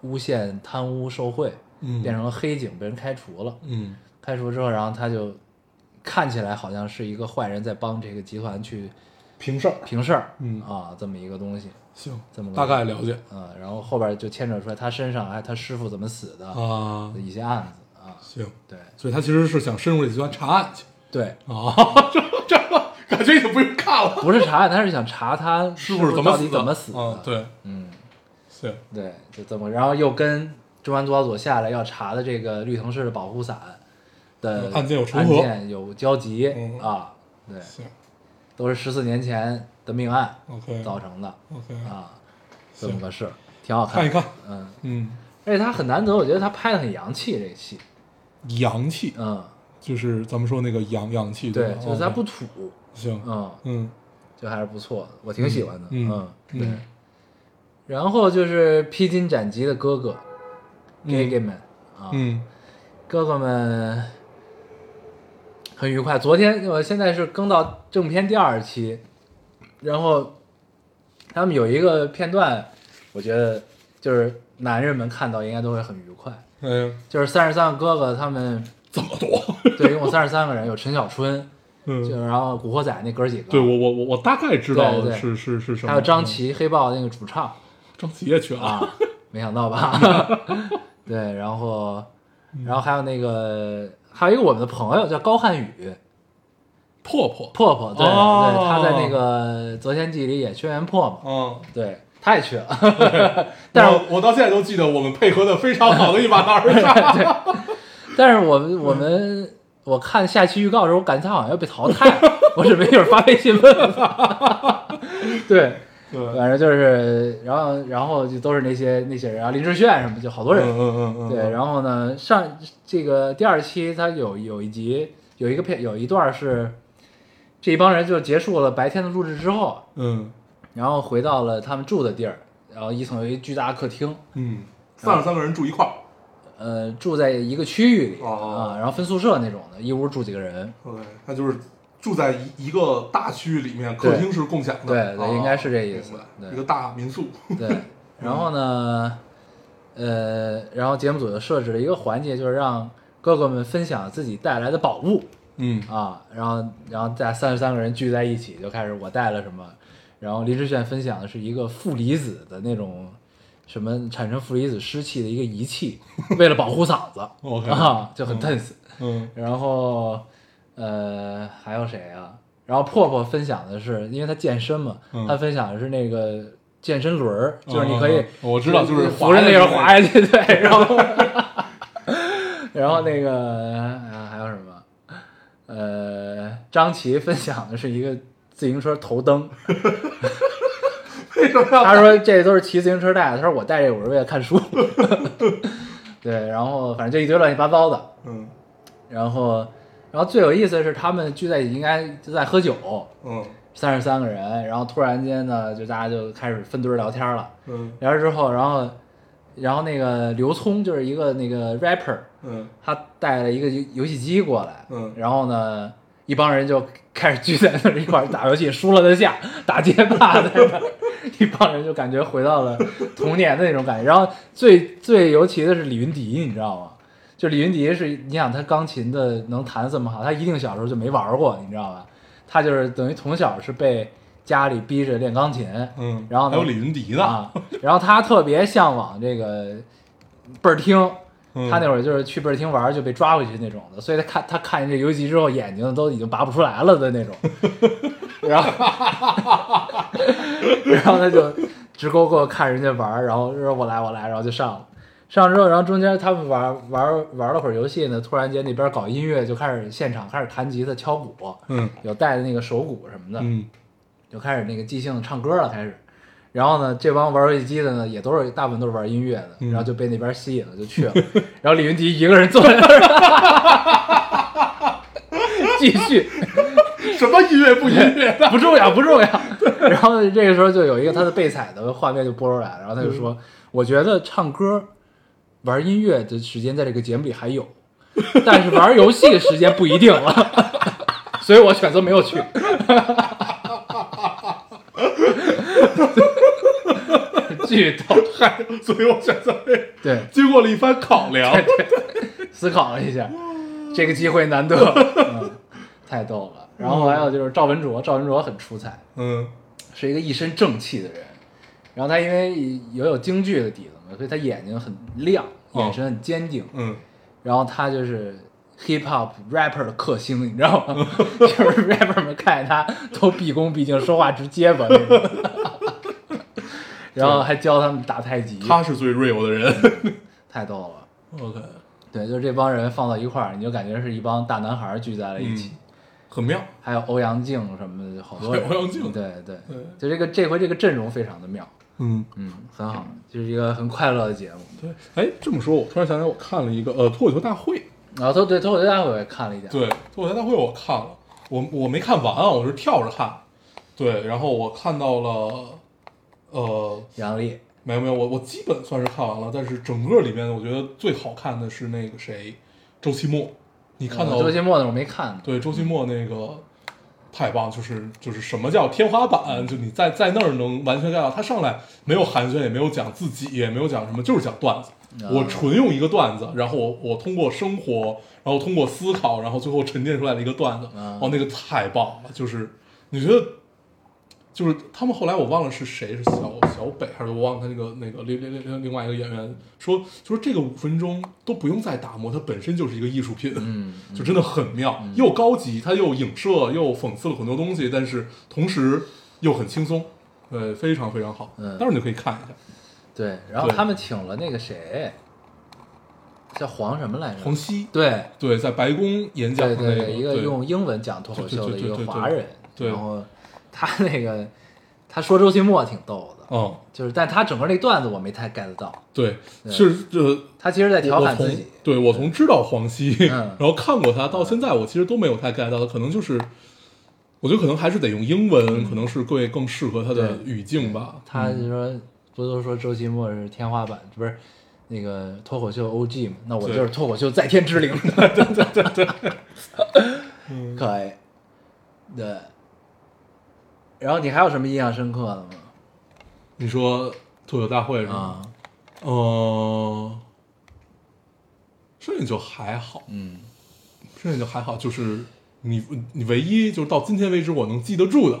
Speaker 1: 诬陷贪污受贿，
Speaker 2: 嗯，
Speaker 1: 变成了黑警，被人开除了。
Speaker 2: 嗯
Speaker 1: 开除之后，然后他就看起来好像是一个坏人，在帮这个集团去
Speaker 2: 平事儿，
Speaker 1: 平事儿，
Speaker 2: 嗯
Speaker 1: 啊，这么一个东西。
Speaker 2: 行，
Speaker 1: 这么个
Speaker 2: 大概了解
Speaker 1: 嗯，然后后边就牵扯出来他身上哎，他师傅怎么死的、
Speaker 2: 啊
Speaker 1: 的，一些案子啊，
Speaker 2: 行，
Speaker 1: 对
Speaker 2: 所以他其实是想深入这集团查案去
Speaker 1: 对，
Speaker 2: 啊，这这感觉已经不用看了，
Speaker 1: 不是查案，他是想查他
Speaker 2: 师
Speaker 1: 傅
Speaker 2: 傅是怎
Speaker 1: 到
Speaker 2: 么
Speaker 1: 底
Speaker 2: 死
Speaker 1: 怎么死的。
Speaker 2: 啊？，对，
Speaker 1: 嗯，
Speaker 2: 行，
Speaker 1: 对，就这么，然后又跟中央督导组下来要查的这个绿藤市的保护伞的
Speaker 2: 嗯案件有重
Speaker 1: 案
Speaker 2: 合
Speaker 1: 件有交集、
Speaker 2: 嗯
Speaker 1: 啊，对，
Speaker 2: 行
Speaker 1: 都是十四年前的命案
Speaker 2: ，OK
Speaker 1: 造成的、
Speaker 2: OK，
Speaker 1: 啊，这
Speaker 2: 行
Speaker 1: 么个事儿，挺好
Speaker 2: 看
Speaker 1: 的
Speaker 2: 一哎看，
Speaker 1: 嗯，
Speaker 2: 嗯，
Speaker 1: 而且他很难得，我觉得他拍的很洋气，这个戏，
Speaker 2: 阳气
Speaker 1: 嗯，
Speaker 2: 就是咱们说那个阳阳气，
Speaker 1: 对，
Speaker 2: 吧
Speaker 1: 就是他
Speaker 2: 哦 OK，
Speaker 1: 不土，
Speaker 2: 行，
Speaker 1: 嗯，
Speaker 2: 嗯
Speaker 1: 就还是不错的，我挺喜欢的。
Speaker 2: 嗯嗯
Speaker 1: 对。然后就是披荆斩棘的哥哥，gay gay 们啊，
Speaker 2: 嗯
Speaker 1: 哥哥们很愉快。昨天我现在是更到正片第二期，然后他们有一个片段，我觉得就是男人们看到应该都会很愉快，
Speaker 2: 哎呀，
Speaker 1: 就是三十三个哥哥他们
Speaker 2: 这么多，
Speaker 1: 对，一共三十三个人，有陈小春，就
Speaker 2: *laughs* 嗯，
Speaker 1: 然后古惑仔那哥儿几个，
Speaker 2: 对我我我我大概知道
Speaker 1: 对对
Speaker 2: 是是是什么，
Speaker 1: 还有张
Speaker 2: 嗯，
Speaker 1: 琪黑豹那个主唱。
Speaker 2: 张琪也去了，
Speaker 1: 啊，没想到吧？ *laughs* 对，然后，
Speaker 2: 嗯
Speaker 1: 然后还有那个，还有一个我们的朋友叫高瀚宇，
Speaker 2: 破破，
Speaker 1: 破破，对、
Speaker 2: 哦
Speaker 1: 对，他在那个《择天记》里演轩辕破嘛，
Speaker 2: 嗯。
Speaker 1: 对，他也去了， *laughs* 但是
Speaker 2: 我我到现在都记得我们配合的非常好的一把大二杀，
Speaker 1: 但是我们我们、
Speaker 2: 嗯
Speaker 1: 我看下期预告的时候，我感觉他好像要被淘汰了，我准备一会儿发微信问问， *laughs* *laughs* 对。
Speaker 2: 对，
Speaker 1: 反正就是，然后，然后就都是那些那些人啊，林志炫什么，就好多人，
Speaker 2: 嗯嗯嗯，
Speaker 1: 对，然后呢，上这个第二期它有有一集有一个片有一段是这一帮人就结束了白天的录制之后，
Speaker 2: 嗯
Speaker 1: 然后回到了他们住的地儿，啊、然后一层有一巨大的客厅，
Speaker 2: 嗯，三十三个人住一块儿
Speaker 1: 呃，住在一个区域里啊、
Speaker 2: 哦
Speaker 1: 然后分宿舍那种的，一屋住几个人，
Speaker 2: ，OK，那就是住在一一个大区里面，客厅是共享的，
Speaker 1: 对对
Speaker 2: 哦
Speaker 1: 应该是这意思
Speaker 2: 明白
Speaker 1: 对
Speaker 2: 一个大民宿， *laughs*
Speaker 1: 对，然后呢，呃，然后节目组就设置了一个环节，就是让哥哥们分享自己带来的宝物
Speaker 2: 嗯
Speaker 1: 啊，然后然后在三十三个人聚在一起，就开始我带了什么，然后林志炫分享的是一个负离子的那种。什么产生负离子湿气的一个
Speaker 2: *laughs*
Speaker 1: 仪器，为了保护嗓子
Speaker 2: OK
Speaker 1: 啊，就很 tense。
Speaker 2: 嗯
Speaker 1: 然后，呃，还有谁啊？然后破破分享的是，因为他健身嘛，
Speaker 2: 嗯
Speaker 1: 他分享的是那个健身轮儿，就是你可以
Speaker 2: 嗯，嗯我知道就是
Speaker 1: 扶
Speaker 2: 滑
Speaker 1: 着那
Speaker 2: 下
Speaker 1: 个
Speaker 2: 去
Speaker 1: 滑下去，对，然后，然后那个啊还有什么？呃，张琪分享的是一个自行车头灯，
Speaker 2: *laughs* 为什么要
Speaker 1: *laughs* 他说这都是骑自行车带的，他说我带这个我是为了看书， *laughs* 对，然后反正就一堆乱七八糟的，
Speaker 2: 嗯
Speaker 1: 然后，然后最有意思的是，他们聚在一起应该就在喝酒，
Speaker 2: 嗯
Speaker 1: 三十三个人，然后突然间呢，就大家就开始分堆儿聊天了。
Speaker 2: 嗯
Speaker 1: 聊了之后，然后，然后那个刘聪就是一个那个 rapper，
Speaker 2: 嗯
Speaker 1: 他带了一个游游戏机过来，
Speaker 2: 嗯
Speaker 1: 然后呢，一帮人就开始聚在那儿一块儿打游戏，输了的下，打街霸在那儿， *laughs* 一帮人就感觉回到了童年的那种感觉。然后最最尤其的是李云迪，你知道吗？就李云迪是，你想他钢琴的能弹这么好，他一定小时候就没玩过，你知道吧？他就是等于从小是被家里逼着练钢琴，
Speaker 2: 嗯，
Speaker 1: 然后呢
Speaker 2: 还有李云迪呢，
Speaker 1: 啊，然后他特别向往这个倍儿厅，
Speaker 2: 嗯
Speaker 1: 他那会儿就是去倍儿厅玩儿就被抓回去那种的，所以他看他看见这游戏之后，眼睛都已经拔不出来了的
Speaker 2: *laughs*
Speaker 1: 那种，然后然后他就直勾勾看人家玩儿，然后说我来我来，然后就上了。上了之后，然后中间他们玩玩玩了会儿游戏呢，突然间那边搞音乐就开始现场开始弹吉他、敲鼓，
Speaker 2: 嗯
Speaker 1: 有带的那个手鼓什么的，
Speaker 2: 嗯
Speaker 1: 就开始那个即兴唱歌了，开始。然后呢，这帮玩游戏机的呢，也都是大部分都是玩音乐的，
Speaker 2: 嗯
Speaker 1: 然后就被那边吸引了，就
Speaker 2: *laughs*
Speaker 1: 去了。然后李云迪一个人坐在那儿， *laughs* 继续
Speaker 2: 什么音乐不音乐的，
Speaker 1: 不重要，不重要。然后这个时候就有一个他的备采的画面就播出来了，然后他就说：“我觉得唱歌、玩音乐的时间在这个节目里还有，
Speaker 2: *laughs*
Speaker 1: 但是玩游戏的时间不一定了，所以我选择没有去。”巨逗，
Speaker 2: 嗨，所以哎我选择这
Speaker 1: 对，
Speaker 2: 经过了一番考量，
Speaker 1: 思考了一下，这个机会难
Speaker 2: *laughs*
Speaker 1: 得，嗯，太逗了。然后还有就是赵文卓，赵文卓很出彩，
Speaker 2: 嗯
Speaker 1: 是一个一身正气的人。然后他因为也有京剧的底子嘛，所以他眼睛很亮，
Speaker 2: 哦
Speaker 1: 眼神很坚定。
Speaker 2: 嗯
Speaker 1: 然后他就是 hip hop rapper 的克星，你知道吗？ *laughs* 就是 rapper 们看见他都毕恭毕敬，说话直结巴那
Speaker 2: *laughs*
Speaker 1: 种。然后还教他们打太极，
Speaker 2: 他是最 real 的人
Speaker 1: 太逗了。
Speaker 2: 嗯，OK，
Speaker 1: 对，就是这帮人放到一块儿，你就感觉是一帮大男孩儿聚在了一起。
Speaker 2: 嗯很妙，
Speaker 1: 还有欧阳靖什么的，好多人。
Speaker 2: 还有欧阳靖
Speaker 1: 对对
Speaker 2: 对，
Speaker 1: 就这个这回这个阵容非常的妙，
Speaker 2: 嗯。
Speaker 1: 嗯，很好，就是一个很快乐的节目。
Speaker 2: 对，哎，这么说，我突然想起来，我看了一个呃脱口秀大会，
Speaker 1: 然后脱对脱口秀大会我也看了一点，
Speaker 2: 对，脱口秀大会我看了，我我没看完啊，我是跳着看，对，然后我看到了，呃，
Speaker 1: 杨笠，
Speaker 2: 没有没有，我我基本算是看完了，但是整个里面我觉得最好看的是那个谁，周奇墨，你看到、
Speaker 1: 呃周杰墨的我没看，
Speaker 2: 对周奇墨那个太棒，就是就是什么叫天花板，就你在在那儿能完全 get 到，他上来没有寒暄，也没有讲自己，也没有讲什么，就是讲段子。
Speaker 1: 啊
Speaker 2: 我纯用一个段子，然后我我通过生活，然后通过思考，然后最后沉淀出来的一个段子，
Speaker 1: 啊
Speaker 2: 哦，那个太棒了！就是你觉得，就是他们后来我忘了是谁，是小小北还是我忘了他那个那个另另另另外一个演员说，就是这个五分钟都不用再打磨，它本身就是一个艺术品，
Speaker 1: 嗯，
Speaker 2: 就真的很妙，又高级，它又影射又讽刺了很多东西，但是同时又很轻松，呃，非常非常好，
Speaker 1: 嗯
Speaker 2: 待会儿你可以看一下
Speaker 1: 对，然后
Speaker 2: 对
Speaker 1: 他们请了那个谁，叫黄什么来着？
Speaker 2: 黄西。
Speaker 1: 对
Speaker 2: 对，在白宫演讲的
Speaker 1: 对嗯对
Speaker 2: 那
Speaker 1: 对，一
Speaker 2: 个
Speaker 1: 个用英文讲脱口秀的一
Speaker 2: 对对对
Speaker 1: 个
Speaker 2: 对对
Speaker 1: 华人，
Speaker 2: 对
Speaker 1: 然后他那个他说周杰墨挺逗的，
Speaker 2: 嗯，
Speaker 1: 就是但他整个那段子我没太 get 到，
Speaker 2: 对，
Speaker 1: 对
Speaker 2: 是呃，
Speaker 1: 他其实在调
Speaker 2: 我
Speaker 1: 侃
Speaker 2: 从
Speaker 1: 自己，
Speaker 2: 对我从知道黄西，
Speaker 1: 嗯
Speaker 2: *laughs* 然后看过他，到现在我其实都没有太 get 到，可能就是，我觉得可能还是得用英文，可能是会更适合他的
Speaker 1: 嗯对
Speaker 2: 语境吧。
Speaker 1: 他就说不都说周奇墨是天花板，不是那个脱口秀 OG 嘛？那我
Speaker 2: 对
Speaker 1: 就是脱口秀在天之灵。 *laughs* 对对对对， *laughs* 可以。对。然后你还有什么印象深刻的吗？
Speaker 2: 你说脱口秀大会是吗？
Speaker 1: 啊，
Speaker 2: 呃，剩下就还好，
Speaker 1: 嗯，
Speaker 2: 剩下就还好，就是你你唯一就是到今天为止我能记得住的，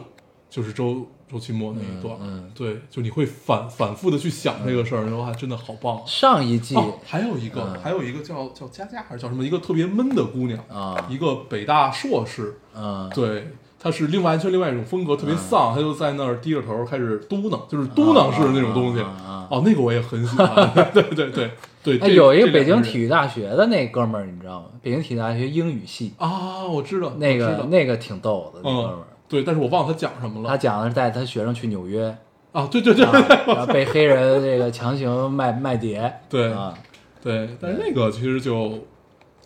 Speaker 2: 就是周周奇墨那一段，
Speaker 1: 嗯嗯
Speaker 2: 对，就你会反反复的去想这个事儿，然后还真的好棒啊。
Speaker 1: 上一季
Speaker 2: 哦，还有一个，
Speaker 1: 嗯
Speaker 2: 还有一个叫叫佳佳还是叫什么？一个特别闷的姑娘
Speaker 1: 啊
Speaker 2: 一个北大硕士，
Speaker 1: 嗯，
Speaker 2: 对，她是另外完全另外一种风格，特别丧，她就在那儿低着头开始嘟囔，就是
Speaker 1: 嗯
Speaker 2: 嘟囔式的那种东西。
Speaker 1: 啊啊啊
Speaker 2: 哦，那个我也很喜欢，
Speaker 1: *laughs*
Speaker 2: 对对对对。这
Speaker 1: 哎，有一个
Speaker 2: 这两
Speaker 1: 北京
Speaker 2: 人
Speaker 1: 体育大学的那哥们儿，你知道吗？北京体育大学英语系
Speaker 2: 啊，我知道
Speaker 1: 那
Speaker 2: 我知
Speaker 1: 个
Speaker 2: 道
Speaker 1: 那个挺逗的，那哥们
Speaker 2: 嗯
Speaker 1: 儿，，
Speaker 2: 对，但是我忘了他讲什么
Speaker 1: 他
Speaker 2: 了
Speaker 1: 讲的是带他学生去纽约，
Speaker 2: 啊，对对对
Speaker 1: 啊然后被黑人这个强行卖卖碟，
Speaker 2: 对
Speaker 1: 啊，
Speaker 2: 对，但是那个其实就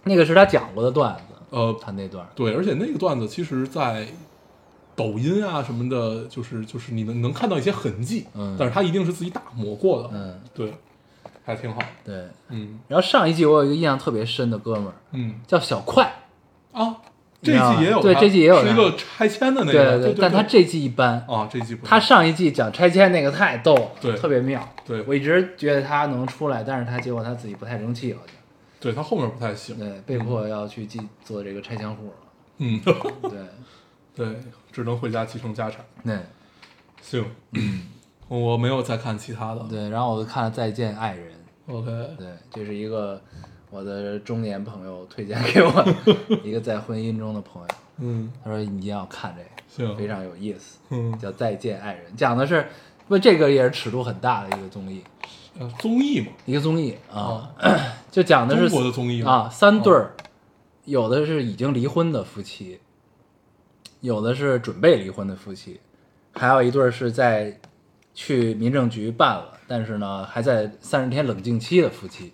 Speaker 1: 那个是他讲过的段子，
Speaker 2: 呃
Speaker 1: 他那段儿
Speaker 2: 对，而且那个段子其实，在抖音啊什么的，就是就是你能能看到一些痕迹，
Speaker 1: 嗯
Speaker 2: 但是它一定是自己打磨过的，
Speaker 1: 嗯，
Speaker 2: 对，还挺好，
Speaker 1: 对。
Speaker 2: 嗯
Speaker 1: 然后上一季我有一个印象特别深的哥们儿
Speaker 2: 嗯
Speaker 1: 叫小快，
Speaker 2: 啊，
Speaker 1: 你
Speaker 2: 这
Speaker 1: 知道吗
Speaker 2: 季也有他，
Speaker 1: 对这季也有
Speaker 2: 是
Speaker 1: 他
Speaker 2: 一个拆迁的那个，
Speaker 1: 对
Speaker 2: 对
Speaker 1: 对，但他这季一般。
Speaker 2: 啊这季不
Speaker 1: 他上一季讲拆迁那个太逗了，
Speaker 2: 对
Speaker 1: 特别妙。
Speaker 2: 对
Speaker 1: 我一直觉得他能出来，但是他结果他自己不太争气，好像。
Speaker 2: 对他后面不太行，
Speaker 1: 对，被迫要去继做这个拆迁户了。
Speaker 2: 嗯，
Speaker 1: 对，
Speaker 2: 对，只能回家继承家产，
Speaker 1: 那
Speaker 2: 行，我没有再看其他的
Speaker 1: 嗯对，然后我就看了《再见爱人》，
Speaker 2: ，OK，
Speaker 1: 对，这是一个我的中年朋友推荐给我的一个在婚姻中的朋友，
Speaker 2: 嗯，
Speaker 1: 他说你一定要看这个，
Speaker 2: 行
Speaker 1: 非常有意思，
Speaker 2: 嗯
Speaker 1: 叫《再见爱人》，讲的是不这个也是尺度很大的一个综艺，
Speaker 2: 呃综艺嘛，
Speaker 1: 一个综艺啊， *coughs* 就讲的是
Speaker 2: 哦中国的综艺吗
Speaker 1: 啊，三对
Speaker 2: 哦
Speaker 1: 儿，有的是已经离婚的夫妻，有的是准备离婚的夫妻，还有一对儿是在去民政局办了，但是呢还在三十天冷静期的夫妻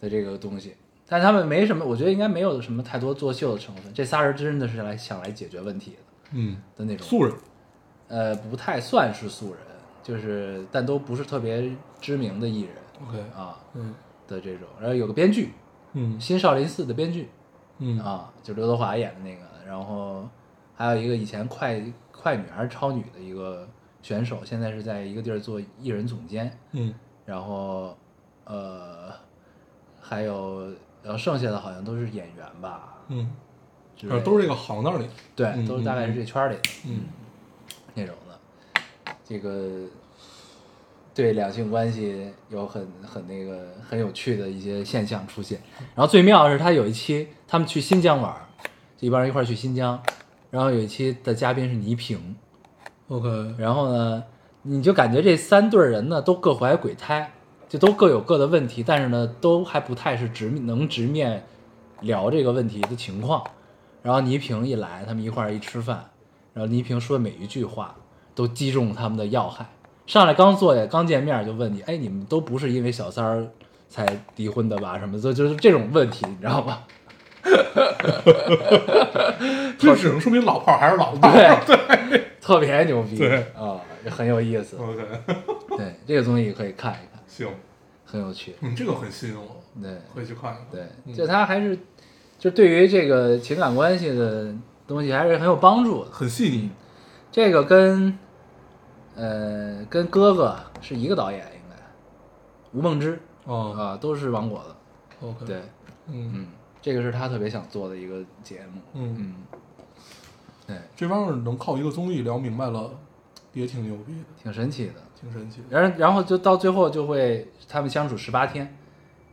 Speaker 1: 的这个东西。但他们没什么，我觉得应该没有什么太多作秀的成分。这仨人真的是来想来解决问题的
Speaker 2: 嗯，
Speaker 1: 的那种，
Speaker 2: 素人，
Speaker 1: 呃，不太算是素人，就是但都不是特别知名的艺人
Speaker 2: OK
Speaker 1: 啊
Speaker 2: 嗯
Speaker 1: 的这种。然后有个编剧，
Speaker 2: 嗯
Speaker 1: 新少林寺的编剧
Speaker 2: 嗯
Speaker 1: 啊，就刘德华演的那个，然后还有一个以前快快女还是超女的一个选手，现在是在一个地儿做艺人总监，
Speaker 2: 嗯
Speaker 1: 然后呃还有然后剩下的好像都是演员吧，
Speaker 2: 嗯。
Speaker 1: 之
Speaker 2: 啊，
Speaker 1: 类
Speaker 2: 都是
Speaker 1: 的
Speaker 2: 这个行当里。
Speaker 1: 对，
Speaker 2: 嗯
Speaker 1: 都是大概是这圈儿里的
Speaker 2: 嗯
Speaker 1: 那种的，这个。对两性关系有很很那个很有趣的一些现象出现。然后最妙的是，他有一期他们去新疆玩儿，就一帮人一块儿去新疆，然后有一期的嘉宾是倪萍，
Speaker 2: ，OK，
Speaker 1: 然后呢，你就感觉这三对儿人呢都各怀鬼胎，就都各有各的问题，但是呢都还不太是直能直面聊这个问题的情况。然后倪萍一来，他们一块儿一吃饭，然后倪萍说的每一句话都击中他们的要害。上来刚坐下，刚见面就问你，哎，你们都不是因为小三儿才离婚的吧？什么的，就就是这种问题，你知道吗？
Speaker 2: 这只能说明老炮儿还是老炮
Speaker 1: *laughs*
Speaker 2: 儿。
Speaker 1: 对对，特别牛逼，
Speaker 2: 哦对
Speaker 1: 啊，就很有意思。
Speaker 2: OK，
Speaker 1: 对，这个综艺可以看一看，
Speaker 2: 行，
Speaker 1: 很有趣。
Speaker 2: 嗯，这个很吸引我，
Speaker 1: 对
Speaker 2: 回去看看。
Speaker 1: 对，就他还是就对于这个情感关系的东西还是很有帮助的。
Speaker 2: 很细腻。
Speaker 1: 这个跟呃跟哥哥是一个导演，应该吴梦之
Speaker 2: 哦
Speaker 1: 啊，都是王果的。
Speaker 2: ，OK，
Speaker 1: 对，，
Speaker 2: 嗯，
Speaker 1: 嗯，这个是他特别想做的一个节目。
Speaker 2: 嗯
Speaker 1: 嗯，对，
Speaker 2: 这帮人能靠一个综艺聊明白了，也挺牛逼的，
Speaker 1: 挺神奇的。
Speaker 2: 挺神奇的。
Speaker 1: 然后然后就到最后就会他们相处十八天，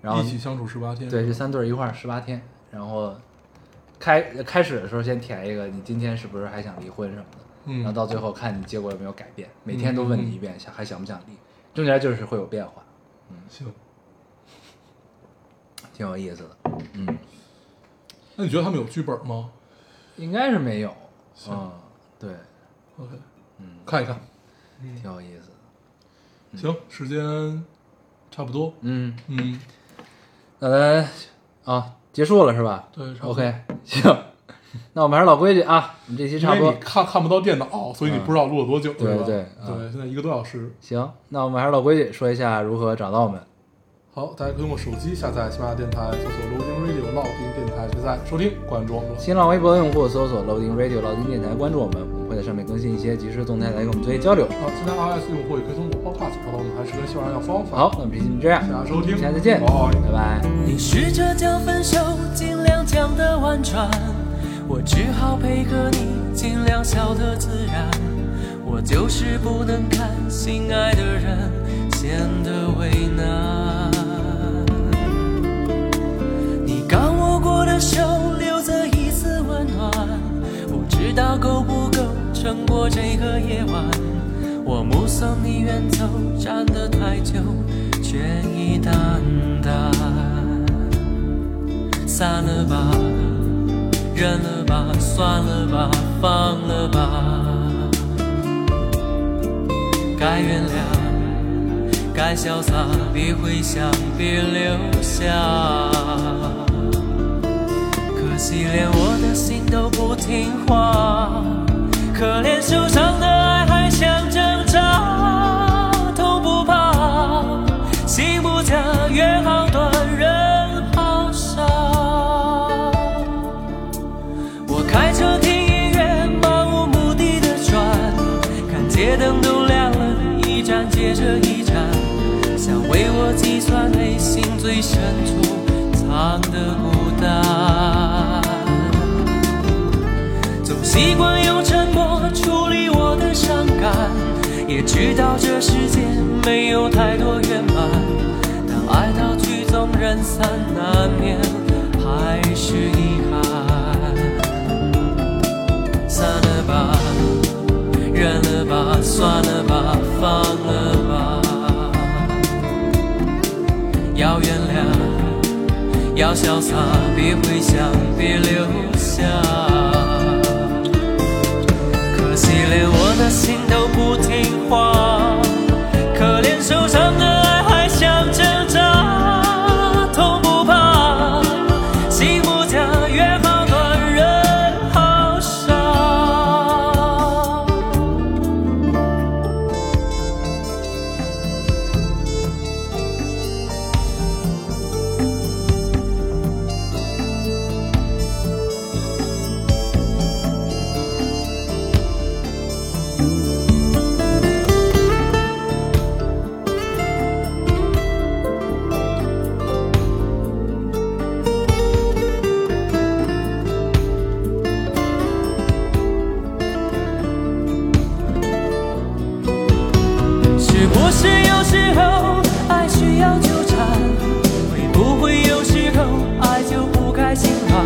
Speaker 1: 然后
Speaker 2: 一起相处十八天，
Speaker 1: 对，这
Speaker 2: 是吧
Speaker 1: 三对儿一块儿十八天，然后开开始的时候先填一个，你今天是不是还想离婚什么的，
Speaker 2: 嗯
Speaker 1: 然后到最后看你结果有没有改变，每天都问你一遍，想还想不想离，中间就是会有变化，
Speaker 2: 行。
Speaker 1: 挺有意思的，嗯，
Speaker 2: 那你觉得他们有剧本吗
Speaker 1: 应该是没有，嗯，对，
Speaker 2: ？OK，嗯，看一看。
Speaker 1: 挺有意思的，
Speaker 2: 行，时间差不多。
Speaker 1: 嗯，
Speaker 2: 嗯，
Speaker 1: 那咱啊结束了是吧？
Speaker 2: 对差不多
Speaker 1: ，OK，行， *laughs* 那我们还是老规矩啊，我们这期
Speaker 2: 因
Speaker 1: 差不
Speaker 2: 为
Speaker 1: 多
Speaker 2: 你。看看不到电脑，所以你
Speaker 1: 嗯
Speaker 2: 不知道录了多久，
Speaker 1: 对
Speaker 2: 是吧？
Speaker 1: 对
Speaker 2: 对
Speaker 1: 嗯
Speaker 2: 现在一个多小时。
Speaker 1: 行，那我们还是老规矩，说一下如何找到我们。
Speaker 2: 好，大家可以通过手机下载喜马拉雅电台，搜索 Loading Radio 老丁电台，就在收听关注我们。
Speaker 1: 新浪微博用户搜索 Loading Radio 老丁电台，关注我们，我们会在上面更新一些即时动态来跟我们做一些交流。
Speaker 2: 啊，今天 iOS 用户也可以通过 Podcast 找到我们，还是跟喜马拉雅方法。
Speaker 1: 好，，那我们这期就这样，
Speaker 2: 大家收听，
Speaker 1: 下次再见，
Speaker 2: 拜。
Speaker 1: 拜拜。
Speaker 3: 你试着将分手尽量讲得婉转，我只好配合你尽量笑得自然。我就是不能看心爱的人显得为难。你刚握过的手留着一丝温暖，不知道够不够撑过这个夜晚。我目送你远走，站得太久，倦意淡淡。散了吧，忍了吧，算了吧，放了吧。该原谅，该潇洒，别回想，别留下。可惜连我的心都不听话，可怜受伤的爱还想挣扎，痛不怕，心不假，缘好短，人好傻。我开车听音乐，漫无目的的转，看街灯都亮了，一盏接着一盏，想为我计算内心最深处藏的孤单。总习惯用沉默处理我的伤感，也知道这世界没有太多圆满，但爱到曲终人散，难免还是遗憾。散了吧，忍了吧，算了吧，放了吧，要原谅。要潇洒，别回想，别留下。可惜连我的心都不听话，可怜受伤的爱还想挣扎，痛不怕，心不假，缘好短，人好傻。是不是有时候爱需要纠缠？会不会有时候爱就不该心软？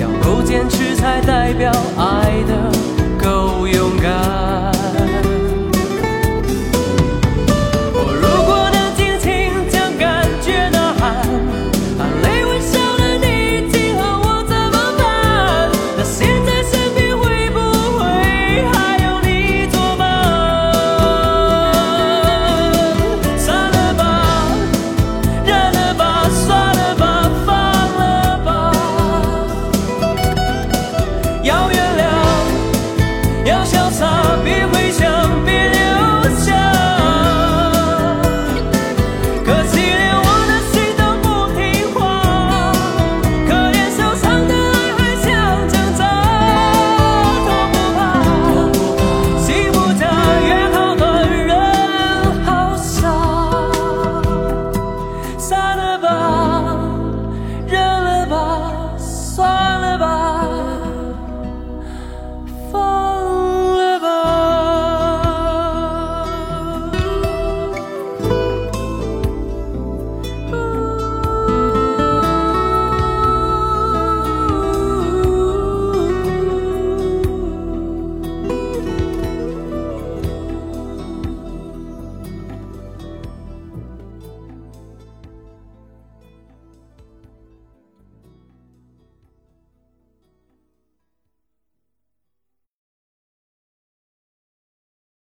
Speaker 3: 要够坚持才代表爱的够勇敢。我如果能尽情将感觉呐喊，含泪微笑的你，今后我怎么办？那现在身边会不会还有你作伴？散了吧，忍了吧，算了吧，放了吧，要原谅。要潇